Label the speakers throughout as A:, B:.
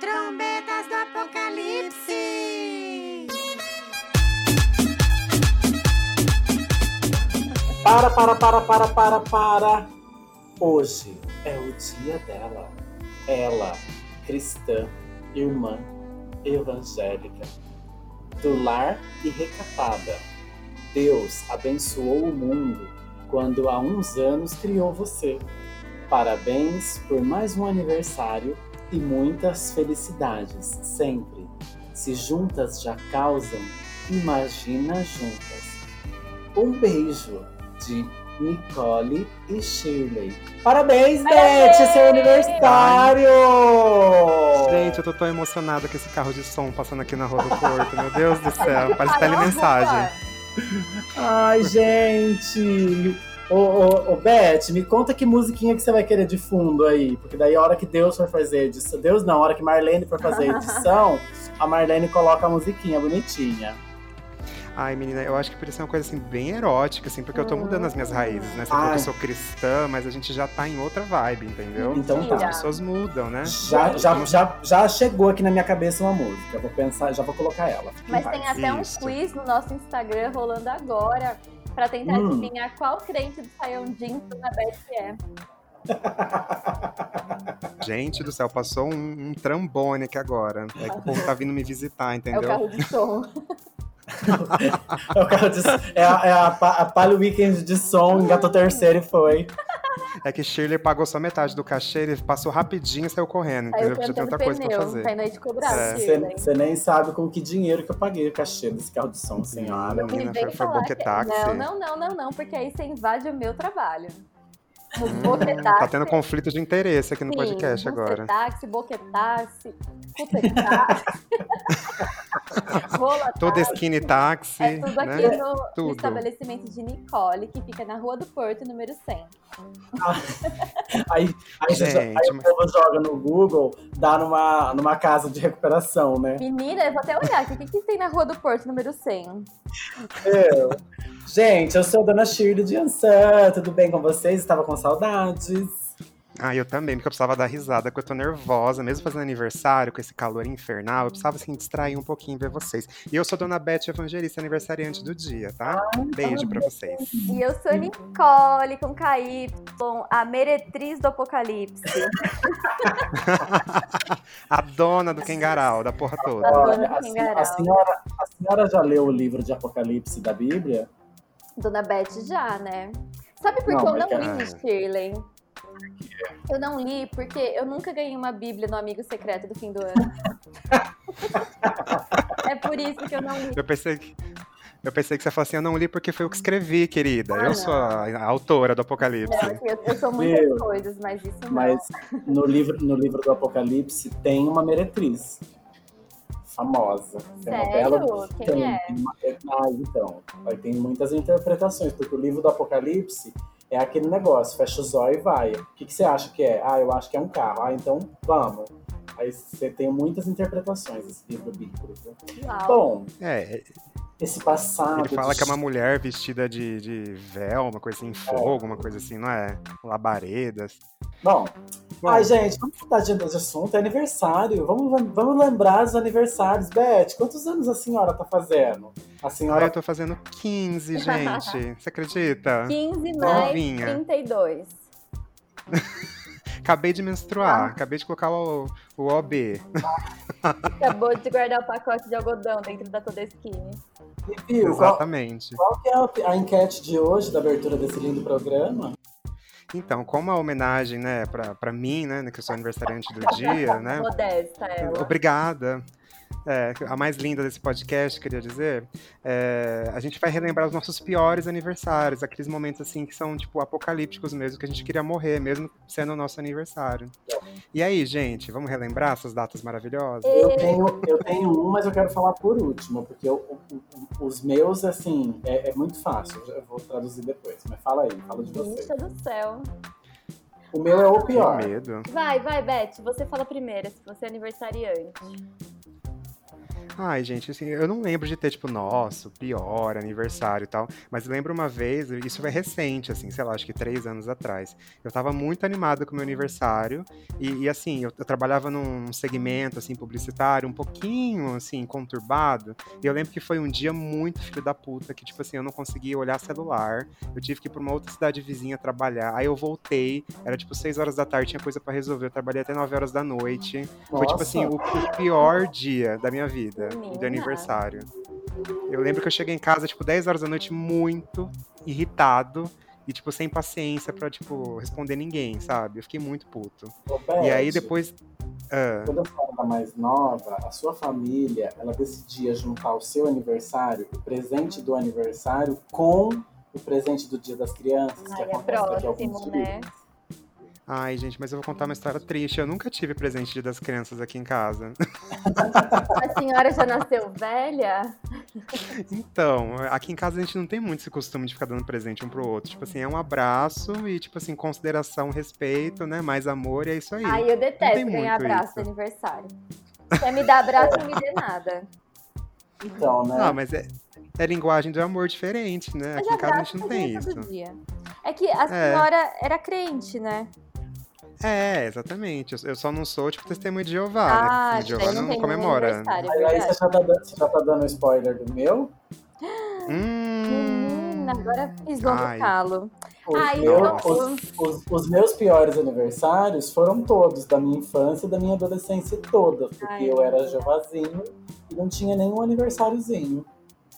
A: Trombetas do Apocalipse!
B: Para, para, para, para, para, para. Hoje é o dia dela. Ela, cristã, irmã, evangélica, do lar e recatada. Deus abençoou o mundo quando há uns anos criou você. Parabéns por mais um aniversário e muitas felicidades sempre. Se juntas já causam, imagina juntas. Um beijo de Nicole e Shirley. Parabéns,
C: Parabéns!
B: Beth! Seu aniversário!
D: Gente, eu tô tão emocionada com esse carro de som passando aqui na rua do Porto. Meu Deus do céu, parece tá telemensagem.
B: Ai, gente! Ô, ô, ô, Beth, me conta que musiquinha que você vai querer de fundo aí. Porque daí a hora que Deus for fazer a edição. Deus não, a hora que Marlene for fazer a edição, a Marlene coloca a musiquinha bonitinha.
D: Ai, menina, eu acho que precisa ser uma coisa assim bem erótica, assim, porque eu tô
C: Ah.
D: mudando as minhas raízes, né? Você falou que
B: Ai.
D: eu sou cristã, mas a gente já tá em outra vibe, entendeu?
B: Então
D: As
B: tá.
D: pessoas mudam, né?
B: Já, já, já, já chegou aqui na minha cabeça uma música. Eu Vou pensar, já vou colocar ela. Fica em
C: Mas
B: paz.
C: tem até
D: Isso.
C: um quiz no nosso Instagram rolando agora pra tentar
B: Hum.
C: adivinhar qual crente do saião jeans da Beth é.
D: Gente do céu, passou um, um trambone aqui agora. É que o povo tá vindo me visitar,
C: É o
D: entendeu?
C: carro de som.
B: É, o cara de- é a, é a, pa- a Palio Weekend de som, engatou terceiro e foi.
D: É que Shirley pagou só metade do cachê, ele passou rapidinho e saiu correndo,
C: Saiu
D: entendeu? Porque já tem
C: cantando
D: outra coisa pra
C: pneu.
D: fazer.
C: Tá né? indo aí de cobrar,
D: É.
C: Shirley.
B: Você nem sabe com que dinheiro que eu paguei o cachê desse carro de som, senhora.
D: Menina,
C: Me vem
D: foi- foi
C: falar é
D: boquetaxi?
C: Não, não, não, não, não, porque aí você invade o meu trabalho. No
D: Hum,
C: boquetaxi.
D: Tá tendo conflito de interesse aqui no
C: sim,
D: podcast agora.
C: Boquetaxi, boquetaxi, cupetaxi. rola
D: Todo skinny táxi,
C: É tudo aqui
D: né?
C: no, no
D: Tudo.
C: estabelecimento de Nicole, que fica na Rua do Porto, número 100.
B: Aí, aí,
D: Gente,
B: já- aí o
D: mas-
B: povo joga no Google, dá numa, numa casa de recuperação, né?
C: Menina, eu vou até olhar aqui. O que, que tem na Rua do Porto, número 100?
B: Eu. Gente, eu sou a Dona Shirley de Ansan, tudo bem com vocês? Estava com saudades.
D: Ah, eu também, porque eu precisava dar risada, porque eu tô nervosa, mesmo fazendo aniversário, com esse calor infernal, eu precisava, assim, distrair um pouquinho e ver vocês. E eu sou Dona Beth Evangelista, aniversariante do dia, tá? Beijo pra vocês.
C: E eu sou Nicole, com KY, a meretriz do apocalipse.
D: A dona do Kengarau, da porra toda.
C: Dona
B: Olha, a, sen-
C: Kingarau.
B: a senhora, a senhora já leu o livro de Apocalipse da Bíblia?
C: Dona Beth já, né? Sabe por que
B: Não, é.
C: eu não
B: Beth,
C: li, Shirley? Eu não li porque eu nunca ganhei uma Bíblia no Amigo Secreto do fim do ano. é por isso que eu não li.
D: Eu pensei que. Eu pensei que você falou assim, eu não li porque foi eu que escrevi, querida.
C: Ah,
D: eu
C: não.
D: sou a, a autora do Apocalipse.
C: Não, assim, eu, eu sou muitas
B: Meu.
C: coisas, mas isso não. é
B: Mas no livro, no livro do Apocalipse tem uma meretriz. Famosa. Tem uma bela
C: Sério? Quem
B: Tem,
C: é?
B: tem uma- é- Ah, então. Aí tem muitas interpretações, porque o livro do Apocalipse é aquele negócio, fecha os olhos e vai. O que, que você acha que é? Ah, eu acho que é um carro. Ah, então vamos. Aí você tem muitas interpretações esse livro bíblico. né?
C: Uau.
B: Bom,
D: É,
B: esse passado.
D: ele fala
B: de-
D: que é uma mulher vestida de, de véu, uma coisa assim, fogo, uma coisa assim, não é? Labaredas.
B: Bom.
D: Bom.
B: Ai, gente, vamos mudar de de assunto, é aniversário. Vamos, vamos lembrar dos aniversários. Beth, quantos anos a senhora tá fazendo? A
D: Agora
B: senhora
D: eu tô fazendo 15, gente. Você acredita?
C: 15 mais
D: Novinha.
C: 32.
D: Acabei de menstruar, acabei de colocar o, o OB.
C: Acabou de guardar o pacote de algodão dentro da Todeskine.
D: É,
B: viu? Qual,
D: Exatamente.
B: qual que é a, a enquete de hoje, da abertura desse lindo programa?
D: Então, como a homenagem, né, pra, pra mim, né, que eu sou aniversariante do dia, né?
C: Modesta ela.
D: Obrigada. É, a mais linda desse podcast, queria dizer. é, a gente vai relembrar os nossos piores aniversários, aqueles momentos assim que são tipo apocalípticos mesmo, que a gente queria morrer, mesmo sendo o nosso aniversário. E aí, gente, vamos relembrar essas datas maravilhosas?
B: Eu tenho, eu tenho um, mas eu quero falar por último, porque eu- o- o- os meus, assim, é, é muito fácil. Eu já- Eu vou traduzir depois, mas fala aí, fala de você.
C: Bicha do céu.
B: O meu é o
D: Que
B: pior.
D: medo.
C: Vai, vai, Beth. Você fala primeiro, se você é aniversariante.
D: Ai, gente, assim, eu não lembro de ter, tipo, nossa, pior, aniversário e tal. Mas lembro uma vez, isso é recente, assim, sei lá, acho que três anos atrás. Eu tava muito animada com o meu aniversário. E, e assim, eu, eu, trabalhava num segmento, assim, publicitário, um pouquinho, assim, conturbado. E eu lembro que foi um dia muito filho da puta, que, tipo assim, eu não conseguia olhar celular. Eu tive que ir pra uma outra cidade vizinha trabalhar. Aí eu voltei, era, tipo, seis horas da tarde, tinha coisa para resolver. Eu trabalhei até nove horas da noite. Nossa. Foi, tipo assim, o, o pior dia da minha vida de aniversário. Eu lembro que eu cheguei em casa, tipo, 10 horas da noite, muito irritado e, tipo, sem paciência pra, tipo, responder ninguém, sabe? Eu fiquei muito puto.
B: Roberto,
D: e aí depois.
B: Ah. Quando eu era mais nova, a sua família, ela decidia juntar o seu aniversário, o presente do aniversário, com o presente do Dia das Crianças, que
C: Ai,
B: acontece
C: é
B: daqui a alguns
C: próximo, né?
B: dias.
D: Ai, gente, mas eu vou contar uma história triste. Eu nunca tive presente de das crianças aqui em casa.
C: A senhora já nasceu velha?
D: Então, aqui em casa a gente não tem muito esse costume de ficar dando presente um pro outro. Tipo assim, é um abraço e, tipo assim, consideração, respeito, né? Mais amor e é isso aí.
C: Ai, eu
D: Não tem
C: detesto ganhar
D: muito
C: abraço de
D: isso.
C: aniversário. Quer me dar abraço, não me dê nada.
B: Então, né?
D: Não, mas é, é linguagem do amor diferente, né?
C: Mas é
D: Aqui em casa a
C: abraço
D: gente não
C: fazia
D: tem isso.
C: todo dia. É que a senhora era crente, né?
D: É, exatamente. Eu- Eu só não sou, tipo, testemunho de Jeová,
C: Ah,
D: né?
C: isso
D: Testemunho de
C: aí
D: Jeová
C: não
D: não,
C: tem
D: comemora.
C: aniversário, é
B: Aí, aí você,
C: verdade.
B: já tá dando, você já tá dando spoiler do meu?
D: Hum.
C: Menina, agora pisou
D: Ai.
C: no calo.
B: Os,
C: Ai,
B: meus,
D: nossa.
B: os- os- os meus piores aniversários foram todos, da minha infância e da minha adolescência toda, porque
C: Ai,
B: eu era
C: menina.
B: jovazinho e não tinha nenhum aniversáriozinho.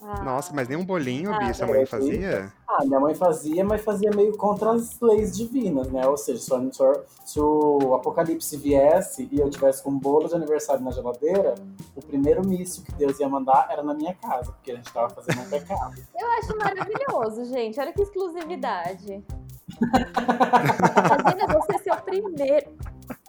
C: Ah.
D: Nossa, mas nem um bolinho,
C: Ah,
D: Bi, sua
B: velho.
D: mãe fazia?
B: Ah, minha mãe fazia, mas fazia meio contra as leis divinas, né? Ou seja, se o, se o- se o apocalipse viesse e eu tivesse com um bolo de aniversário na geladeira, o primeiro míssil que Deus ia mandar era na minha casa, porque a gente tava fazendo um pecado.
C: Eu acho maravilhoso, gente. Olha que exclusividade. Imagina você ser o primeiro.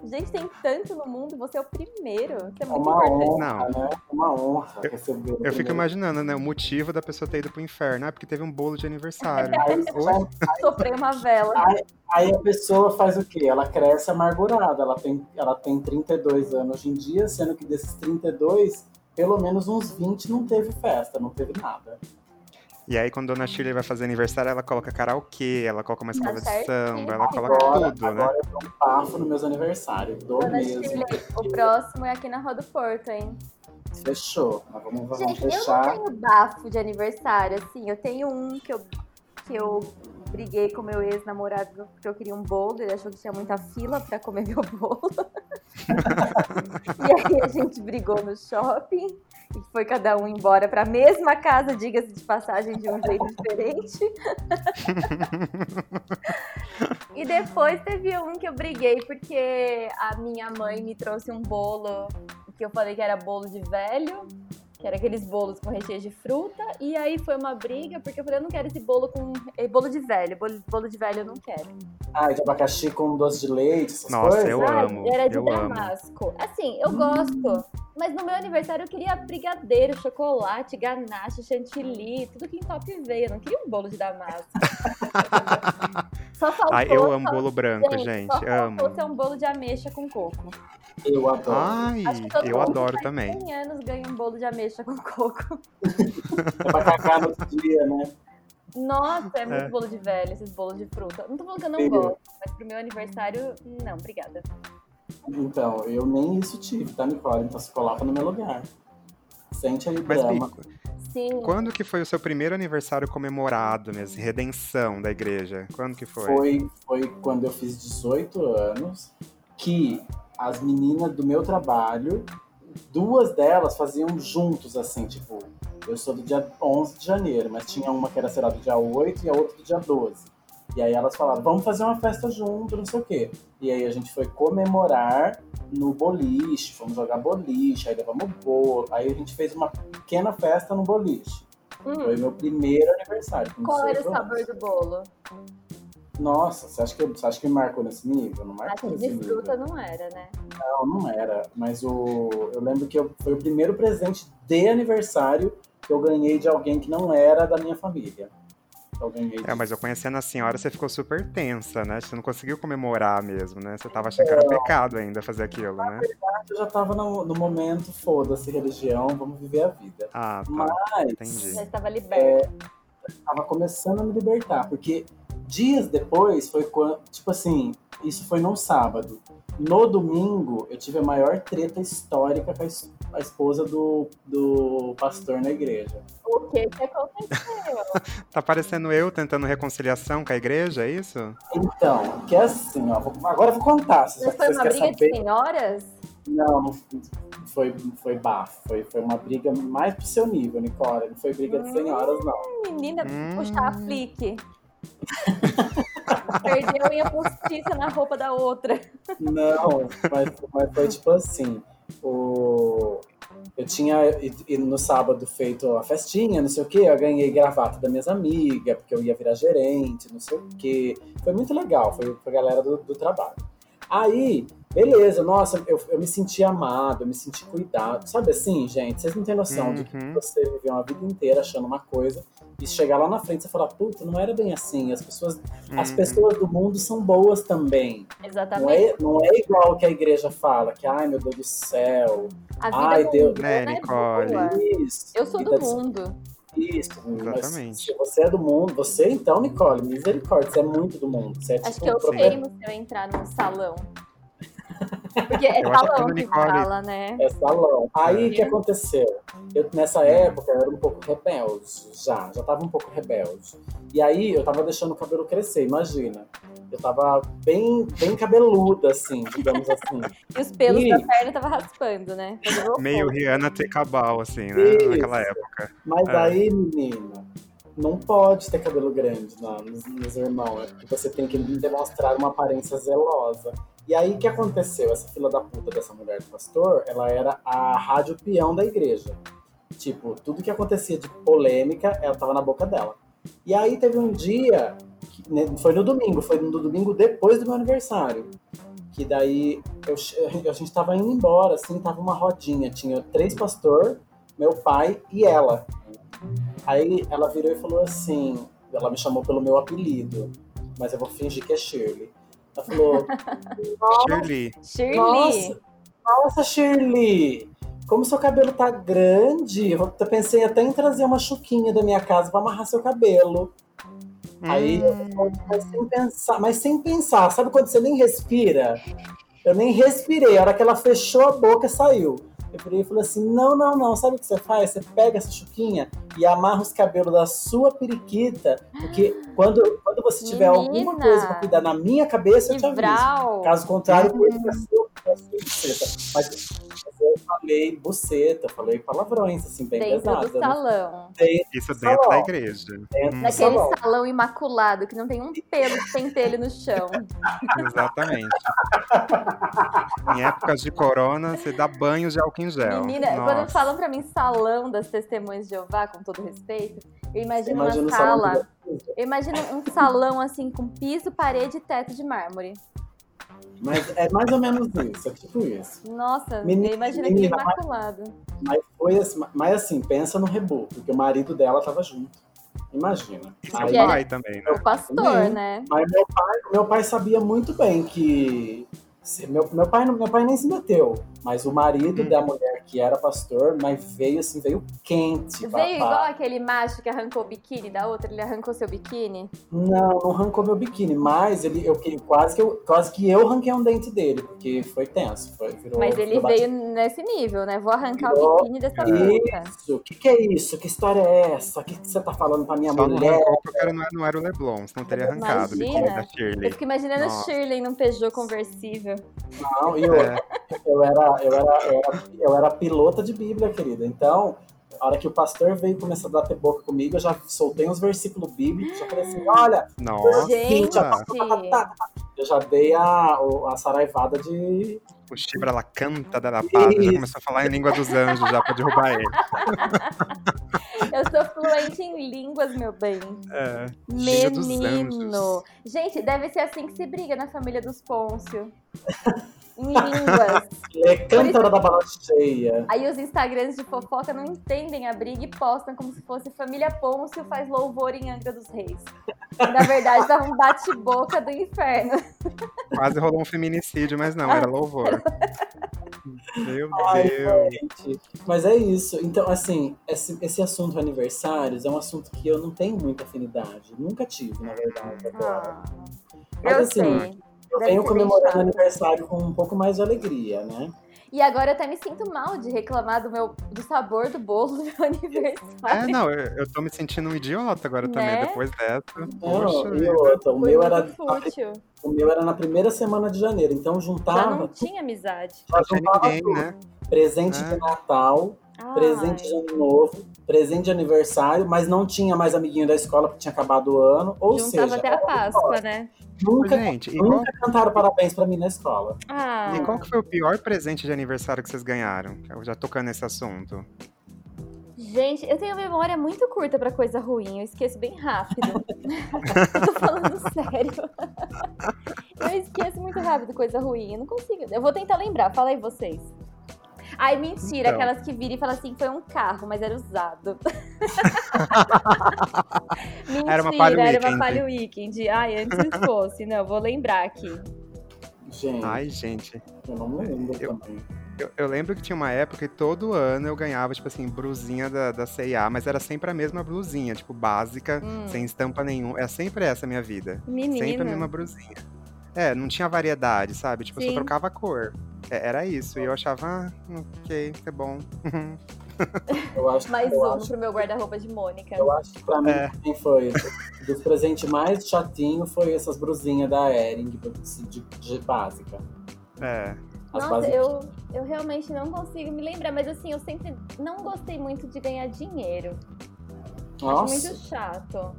C: Gente, tem tanto no mundo, você é o primeiro. Isso é
B: É
C: muito
B: uma
C: importante.
B: honra, né? É uma honra receber o
D: Eu fico
B: primeiro
D: imaginando, né? O motivo da pessoa ter ido pro inferno. Ah, porque teve um bolo de aniversário.
B: Aí,
D: Oi?
C: Sofrer uma vela.
B: Ah, aí a pessoa faz o quê? Ela cresce amargurada. Ela tem, ela tem 32 anos hoje em dia, sendo que desses 32, pelo menos uns 20 não teve festa, não teve nada.
D: E aí, quando a Dona Shirley vai fazer aniversário, ela coloca karaokê, ela coloca uma escola de
C: Tá certinho.
D: samba, ela coloca
B: Agora,
D: tudo, né?
B: agora eu dou um bafo nos meus aniversários. Dou
C: Dona
B: mesmo.
C: Shirley, o próximo é aqui na Rua do Porto, hein?
B: Fechou. Mas vamos, vamos
C: é- Gente, eu não
B: fechar.
C: tenho bafo de aniversário, assim. Eu tenho um que eu, que eu briguei com meu ex-namorado porque eu queria um bolo. Ele achou que tinha muita fila pra comer meu bolo. e aí a gente brigou no shopping. E foi cada um embora pra mesma casa, diga-se de passagem, de um jeito diferente. e depois teve um que eu briguei porque a minha mãe me trouxe um bolo que eu falei que era bolo de velho, que era aqueles bolos com recheio de fruta, e aí foi uma briga, porque eu falei, eu não quero esse bolo com. é bolo de velho, bolo, bolo de velho eu não quero.
B: Ai, de Ah, abacaxi com doce de leite, essas
D: Nossa,
B: coisas.
D: eu
C: Ai,
D: amo,
C: Era de
D: eu amo.
C: damasco. Assim, eu gosto. Mas no meu aniversário eu queria brigadeiro, chocolate, ganache, chantilly, tudo que em top veio. Eu não queria um bolo de damasco. só faltou.
D: Ai, eu amo
C: só-
D: bolo branco, gente.
C: só faltou
D: Amo.
C: ser um bolo de ameixa com coco.
B: Eu adoro.
D: Ai,
C: Acho que todo
D: eu
C: mundo
D: adoro
C: faz
D: também.
C: 100 anos ganha um bolo de ameixa com coco.
B: É pra cagar no outro dia, né?
C: Nossa, é muito
D: É.
C: bolo de velho, esses bolos de fruta. Não tô falando que eu não
B: Sim.
C: gosto, mas pro meu aniversário, não, obrigada.
B: Então, eu nem isso tive, tá, Nicole? Então se coloca no meu lugar. Sente aí o
D: Mas,
B: drama.
D: Bi,
C: Sim.
D: Quando que foi o seu primeiro aniversário comemorado mesmo? assim, Redenção da igreja? Quando que foi?
B: Foi, foi quando eu fiz 18 anos que as meninas do meu trabalho, duas delas faziam juntos, assim, tipo, eu sou do dia 11 de janeiro, mas tinha uma que era, sei lá, do dia 8 e a outra do dia 12. E aí elas falaram, vamos fazer uma festa junto, não sei o quê. E aí a gente foi comemorar no boliche, fomos jogar boliche, aí levamos bolo, aí a gente fez uma pequena festa no boliche. Foi
C: Hum,
B: meu primeiro aniversário. com
C: qual era o
B: 18 anos.
C: sabor do bolo?
B: é Nossa, você acha que, você acha que marcou nesse nível? Não
C: Acho
B: marcou
C: que
B: nesse
C: de
B: nível.
C: fruta não era, né?
B: Não, não era. Mas o, eu lembro que eu, foi o primeiro presente de aniversário que eu ganhei de alguém que não era da minha família. que eu ganhei.
D: É, mas eu conhecendo a senhora, você ficou super tensa, né? Você não conseguiu comemorar mesmo, né? Você tava achando que
B: É.
D: era pecado ainda fazer aquilo, né?
B: Ah, Eu já tava no, no momento, foda-se, religião, vamos viver a vida.
D: Ah, tá.
B: Mas
D: Entendi.
C: Já estava liberta.
B: tava começando a me libertar, porque dias depois foi quando, tipo assim, isso foi num sábado. No domingo, eu tive a maior treta histórica com a es- a esposa do, do pastor na igreja.
C: O que que aconteceu?
D: Tá parecendo eu tentando reconciliação com a igreja, é isso?
B: Então, que é assim, ó, vou- agora eu vou contar, se
C: Mas
B: vocês
C: foi uma
B: querem
C: briga de
B: saber.
C: senhoras?
B: Não, não f- foi, foi bafo, foi, foi uma briga mais pro seu nível, Nicole, não foi briga
C: Hum.
B: de senhoras, não.
C: Menina,
D: Hum.
C: puxar a flick. Perdeu em apostiça na roupa da outra.
B: Não, mas, mas foi tipo assim. O... Eu tinha ido ido no sábado feito a festinha, não sei o quê, eu ganhei gravata das minhas amigas, porque eu ia virar gerente, não sei o quê. Foi muito legal, foi pra galera do, do trabalho. Aí, beleza, nossa, eu, eu me senti amado, eu me senti cuidado. Sabe assim, gente, vocês não têm noção do que
D: Uhum.
B: você viver uma vida inteira achando uma coisa e chegar lá na frente e falar, puta, não era bem assim, as pessoas, as
D: Hum.
B: pessoas do mundo são boas também. Não
C: Exatamente.
B: é, não é igual que a igreja fala, que ai meu Deus do céu,
C: A vida
B: Ai,
C: mundana
B: Deus.
D: Né,
C: é
D: Nicole?
C: boa.
B: isso.
C: Eu sou
B: vida de-
C: do mundo.
B: Isso, mas
D: Exatamente.
B: se você é do mundo, você então, Nicole, misericórdia, você é muito do mundo. Você é
C: Acho
B: tipo
C: que eu
B: um profeta.
C: queimo se eu entrar num salão. Porque é
D: Eu acho que
C: salão
D: quando
C: que
D: Nicole-
C: fala, né?
B: É salão. Aí o que
C: Sim.
B: aconteceu? Eu, nessa época eu era um pouco rebelde, já. Já tava um pouco rebelde. E aí eu tava deixando o cabelo crescer, imagina. Eu tava bem, bem cabeluda, assim, digamos assim.
C: E os pelos
B: Ih.
C: da perna tava raspando, né?
D: Meio Rihanna Tecabal, assim, né?
B: Isso.
D: Naquela época.
B: Mas
D: É.
B: aí, menina, não pode ter cabelo grande não, nos, nos irmãos. É porque você tem que demonstrar uma aparência zelosa. E aí, o que aconteceu? Essa fila da puta dessa mulher do pastor, ela era a rádio peão da igreja. Tipo, tudo que acontecia de polêmica, ela tava na boca dela. E aí teve um dia, que- né, foi no domingo, foi no domingo depois do meu aniversário. Que daí eu, che- a gente tava indo embora, assim, tava uma rodinha. Tinha três pastor, meu pai e ela. Aí ela virou e falou assim, ela me chamou pelo meu apelido, mas eu vou fingir que é Shirley. Ela falou, "Nossa,
D: Shirley.
C: Shirley.
B: nossa, nossa, Shirley, como seu cabelo tá grande, eu pensei até em trazer uma chuquinha da minha casa pra amarrar seu cabelo. Aí eu respondi, mas sem pensar, mas sem pensar, sabe quando você nem respira? Eu nem respirei, a hora que ela fechou a boca, saiu. Eu virei e falei assim: não, não, não, sabe o que você faz? Você pega essa chuquinha e amarra os cabelos da sua periquita, porque quando, quando você tiver alguma
C: Menina!
B: coisa pra cuidar na minha cabeça, eu te
C: Que
B: aviso.
C: vral.
B: Caso contrário, foi pra sua, pra sua buceta. Mas eu falei buceta, falei palavrões, assim, bem
C: Dentro
B: pesadas.
C: do
B: né?
C: salão.
D: Isso
B: Salão.
D: dentro da igreja.
B: Dentro
D: Hum,
B: do
C: Naquele
B: salão.
C: salão imaculado, que não tem um pelo de pentelho no chão.
D: Exatamente. em épocas de corona, você dá banho de álcool em gel.
C: Menina,
D: Então, Nossa.
C: quando falam pra mim salão das testemunhas de Jeová, com todo respeito, eu imagino
B: Imagina
C: uma
B: o salão
C: sala.
B: do-
C: Eu imagino um salão assim, com piso, parede e teto de mármore.
B: Mas é mais ou menos isso, é tipo isso.
C: Nossa,
B: Menina,
C: eu imagino aquele
B: menina, mas-
C: imaculado.
B: Mas foi assim, mas assim, pensa no rebu, porque o marido dela tava junto. Imagina.
D: E
B: Aí,
D: seu
C: é.
D: pai também, né?
C: O pastor,
B: Também.
C: né?
B: mas meu pai, meu pai sabia muito bem que. se- Meu, meu, pai, não- meu pai nem se meteu, mas o marido
D: Hum.
B: da mulher que era pastor, mas veio assim, veio quente.
C: Veio igual
B: papá.
C: aquele macho que arrancou o biquíni da outra, ele arrancou seu biquíni.
B: Não, não arrancou meu biquíni, mas ele, eu, que- quase, que eu, quase que eu arranquei um dente dele, porque foi tenso. Foi, virou,
C: Mas ele
B: virou bate-
C: veio nesse nível, né? Vou arrancar o
B: Virou-
C: biquíni dessa puta.
B: Isso, o que, que é isso? Que história é essa? O que, que você tá falando pra minha
D: Só não
B: mulher?
D: arrancou porque o cara não era, não era o Leblon, senão teria arrancado.
C: Imagina.
D: Mentira, da
C: Eu
D: Shirley.
C: fico imaginando
D: Nossa.
C: Shirley num Peugeot conversível.
B: Não,
D: É.
B: e outra, eu, era, eu, era, eu, era, eu era pilota de Bíblia, querida. Então, a hora que o pastor veio começar a bater boca comigo, eu já soltei uns versículos bíblicos, já falei assim, olha,
D: Nossa,
C: Gente,
B: tá, eu já dei a, o- a saraivada de...
D: o Chibra, ela canta da lapada. Já
B: Isso.
D: começou a falar em língua dos anjos já pra derrubar ele.
C: eu sou fluente em línguas, meu bem.
D: É. Língua dos
C: Menino.
D: anjos.
C: Gente, deve ser assim que se briga na família dos Pôncio. em línguas.
B: Ela é cântara da balada cheia.
C: Aí os Instagrams de fofoca não entendem a briga e postam como se fosse família Pôncio faz louvor em Angra dos Reis. Na verdade, tava um bate-boca do inferno.
D: Quase rolou um feminicídio, mas não, era louvor. Meu
B: Ai,
D: Deus.
B: gente. Mas é isso. Então, assim, esse, esse assunto aniversários é um assunto que eu não tenho muita afinidade. Nunca tive, na verdade, agora.
C: Ah,
B: Mas,
C: eu
B: assim,
C: sei.
B: Eu
C: deve
B: venho
C: ser
B: comemorando
C: bem chato.
B: aniversário com um pouco mais de alegria, né?
C: E agora eu até me sinto mal de reclamar do meu do sabor do bolo do meu
D: É,
C: aniversário.
D: não, eu, eu tô me sentindo um idiota agora também,
C: Né?
D: depois dessa. Poxa,
B: Não, e
D: vida.
B: outra, o
C: Foi
B: meu, era,
C: muito fútil.
B: o meu era na primeira semana de janeiro, então
C: Já
B: juntava,
C: não tinha amizade.
B: já
D: Sem
B: juntava
D: ninguém,
B: tudo.
D: né?
B: Presente
D: Ah.
B: de Natal,
C: Ai.
B: presente de ano novo, presente de aniversário, mas não tinha mais amiguinho da escola porque tinha acabado o ano. Ou
C: Juntava
B: seja,
C: até a
B: era
C: Páscoa, né?
B: nunca,
D: Gente, e qual,
B: nunca cantaram parabéns pra mim na escola.
C: Ah,
D: e qual que foi o pior presente de aniversário que vocês ganharam? Eu já tocando nesse assunto.
C: gente, eu tenho memória muito curta pra coisa ruim, eu esqueço bem rápido. eu tô falando sério. eu esqueço muito rápido coisa ruim, eu não consigo. Eu vou tentar lembrar, fala aí vocês. Ai, mentira,
D: Então.
C: aquelas que viram e falam assim, foi um carro, mas era usado. mentira,
D: Era uma Palio
C: era uma
D: Weekend.
C: Palio Weekend. Ai, antes fosse, não, vou lembrar aqui.
B: Gente,
D: Ai, gente.
B: eu não me lembro
D: Eu-
B: também.
D: Eu, eu lembro que tinha uma época que todo ano eu ganhava, tipo assim, blusinha da, da C&A, mas era sempre a mesma blusinha, tipo, básica,
C: Hum,
D: sem estampa nenhuma. É sempre essa a minha vida. Sempre a mesma
C: menina.
D: brusinha. É, não tinha variedade, sabe? Tipo,
C: Sim.
D: só trocava a cor. É, era isso. E eu achava, ah, ok, é bom.
B: Eu acho,
C: Mais
B: eu
C: um
B: acho,
C: pro meu guarda-roupa de Mônica. né?
B: eu acho que pra mim
D: É.
B: também foi. Dos presentes mais chatinho foi essas brusinhas da Ering de, de básica.
D: É.
B: As
C: Nossa,
B: básicas.
C: eu, eu realmente não consigo me lembrar, mas assim, eu sempre não gostei muito de ganhar dinheiro. Acho
B: Nossa,
C: muito chato.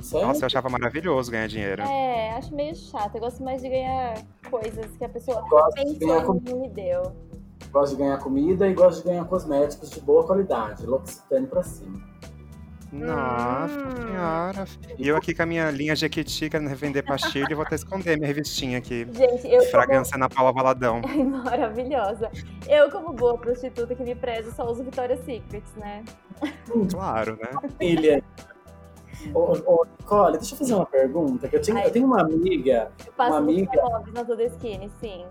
B: sério?
D: Nossa, eu achava maravilhoso ganhar dinheiro.
C: É, acho meio chato. Eu gosto mais de ganhar coisas que a pessoa
B: gosto de
C: pensou
B: ganhar
C: e
B: comida.
C: não me deu.
B: Gosto de ganhar comida e gosto de ganhar cosméticos de boa qualidade. L'Occitane pra cima.
D: Nossa
C: Hum.
D: senhora. E eu aqui com a minha linha Jequiti, querendo revender pastilha, e vou até esconder minha revistinha aqui.
C: Gente, eu
D: Fragrância na Paula Valadão.
C: como... Maravilhosa. Eu, como boa prostituta que me prezo, só uso Victoria's Secrets, né?
D: Claro, né?
B: Filha. Ô, ô, ô, Nicole, deixa eu fazer uma pergunta. Que eu, tinha,
C: Ai.
B: eu tenho uma amiga.
C: Eu passo
B: Uma
C: nos
B: amiga?
C: pobres na toda skin, sim.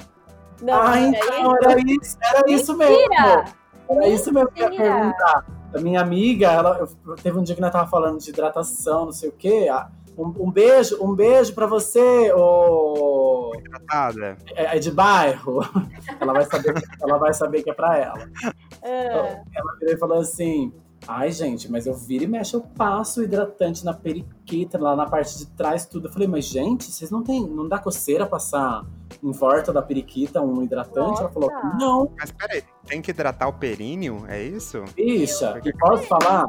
C: Não,
B: ah,
C: não
B: então, era isso, era isso mesmo.
C: Mentira!
B: Era isso mesmo que eu ia
C: Mentira!
B: perguntar. A minha amiga, ela, eu- teve um dia que nós tava falando de hidratação, não sei o quê. Ah, Um, um beijo, um beijo pra você, ô.
D: Tá, Tratada.
B: É, é de bairro. Ela vai, saber, ela vai saber que é pra ela.
C: Ah,
B: Ela virou e falou assim: Ai, gente, mas eu viro e mexo, eu passo o hidratante na periquita, lá na parte de trás, tudo. Eu falei, mas, gente, vocês não tem. Não dá coceira passar em volta da periquita um hidratante? Ela falou,
C: Nossa.
B: não,
D: Mas peraí, tem que hidratar o períneo? É isso?
B: bicha,
D: Eu-
B: e posso falar?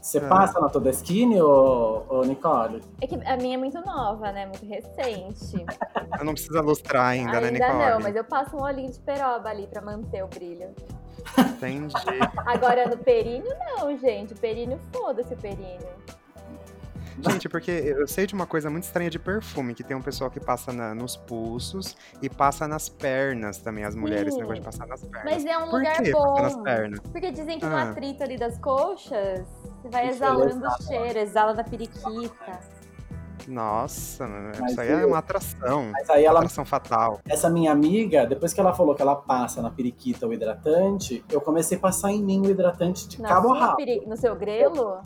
B: Você
D: Ah.
B: passa na toda skin, ô, ô Nicole?
C: é que a minha é muito nova, né? Muito recente.
D: Eu não precisa lustrar ainda, né, Nicole?
C: não, mas eu passo um olhinho de peroba ali pra manter o brilho.
D: Entendi.
C: Agora no períneo, não, gente. O períneo, foda-se o períneo.
D: Gente, porque eu sei de uma coisa muito estranha de perfume, que tem um pessoal que passa na- nos pulsos e passa nas pernas também, as mulheres, esse
C: Sim.
D: negócio de passar nas pernas.
C: Mas é um
D: Por
C: lugar
D: que passar nas
C: bom.
D: pernas?
C: Porque dizem que no
D: Ah.
C: atrito ali das coxas, você vai
B: Isso, é
C: exalando
B: exala.
C: o cheiro, exala da periquita.
D: Nossa,
B: Mas
D: isso aí é
B: eu-
D: uma atração.
B: Mas aí ela,
D: Atração fatal.
B: essa minha amiga, depois que ela falou que ela passa na periquita o hidratante, eu comecei a passar em mim o hidratante de
C: Na
B: cabo a
C: sua
B: rabo.
C: peri- No seu grelo,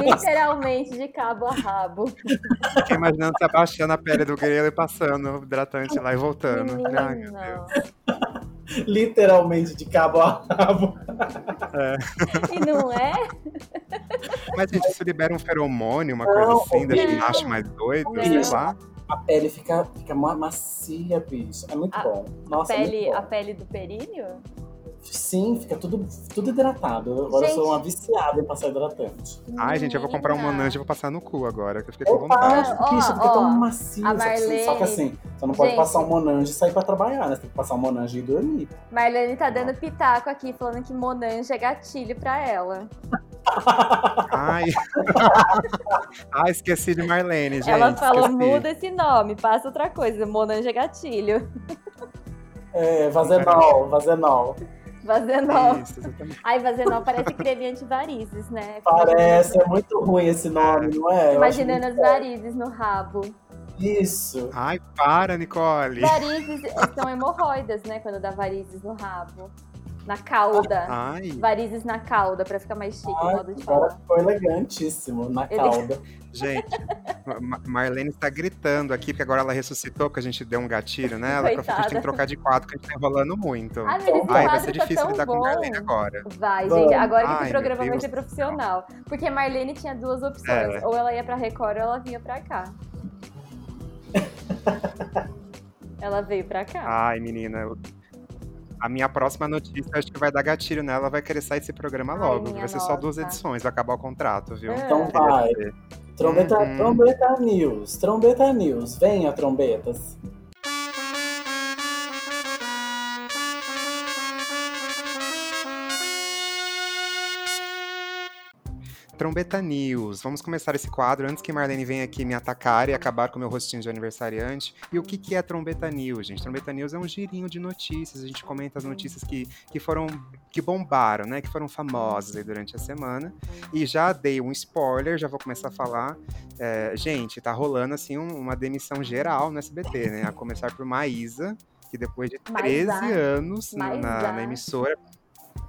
C: literalmente de cabo a rabo.
D: Fiquei imaginando você abaixando a pele do grelo e passando o hidratante lá e voltando. Ai, meu Deus.
C: Menina.
B: Literalmente de cabo a rabo.
C: E não é?
D: Mas, gente, isso libera um feromônio, uma coisa
B: Não,
D: assim, deixa o
C: não.
D: macho mais doido,
C: Não.
D: sei lá.
B: A pele É, fica, fica ma- macia, bicho. É muito
C: A-
B: bom. Nossa, é
C: Pele,
B: muito
C: a
B: bom.
C: pele do períneo?
B: Sim, fica tudo, tudo hidratado. Agora eu sou
C: Gente.
B: uma viciada em passar hidratante.
D: Ai, gente, eu vou comprar um
C: Menina.
D: Monange e vou passar no cu agora, que eu fiquei com
B: Opa,
D: vontade.
C: Ó,
B: bicho, fica
C: ó,
B: tão macio.
C: a
B: Só que assim- Só que assim, você não pode
C: Gente.
B: passar um monange e sair pra trabalhar, né? Você tem que passar um monange e dormir.
C: Marlene tá dando pitaco aqui, falando que Monange é gatilho pra ela.
D: Ai. Ai, esqueci de Marlene, gente.
C: Ela falou,
D: esqueci.
C: muda esse nome, passa outra coisa. Monanja Gatilho.
B: É, Vazenol, Vazenol.
C: Vazenol.
D: Isso, exatamente.
C: Ai, Vazenol parece creme antivarizes, né?
B: Parece, é muito ruim esse nome, não é? Eu acho
C: Imaginando as
B: muito-
C: varizes no rabo.
B: Isso.
D: Ai, para, Nicole.
C: Varizes são hemorroidas, né? Quando dá varizes no rabo. Na cauda.
D: Ai,
C: Varizes na cauda, pra ficar mais chique o
B: Ah, Ai,
C: modo de
B: Agora
C: falar.
B: ficou elegantíssimo na
C: Ele-
B: cauda.
D: gente. Ma- Marlene está gritando aqui, porque agora ela ressuscitou, que a gente deu um gatilho nela. Provavelmente a gente tem
C: Coitada.
D: que trocar de quadro, que a gente tá enrolando muito.
C: Ah, mas esse
D: Ai, vai
C: quadro
D: ser
C: tá
D: difícil
C: tão
D: lidar com
C: bom.
D: Marlene agora.
C: Vai,
B: Vamos.
C: gente, agora que
D: Ai,
C: esse programa
D: meu
C: vai
D: Deus
C: ser
D: do É, né? céu.
C: profissional. Porque Marlene tinha duas opções. Ou ela ia pra Record ou ela vinha pra cá. ela veio pra cá.
D: Ai, menina. eu- A minha próxima notícia acho que vai dar gatilho nela. Ela vai querer sair desse programa
C: Ai,
D: logo.
C: minha
D: vai ser só duas
C: nossa.
D: edições, vai acabar o contrato, viu?
C: É.
B: Então vai.
D: Queria dizer.
B: Trombeta,
D: Uhum.
B: trombeta News, Trombeta News. Venha, trombetas.
D: Trombeta News. Vamos começar esse quadro antes que Marlene venha aqui me atacar e acabar com o meu rostinho de aniversariante. E o que, que é Trombeta News, gente? Trombeta News é um girinho de notícias. A gente comenta as notícias que, que foram. que bombaram, né? Que foram famosas aí durante a semana. E já dei um spoiler, já vou começar a falar. É, gente, tá rolando assim um- uma demissão geral no SBT, né? A começar por Maísa, que depois de 13
C: Maisa.
D: anos na- na,
C: Maisa.
D: na emissora.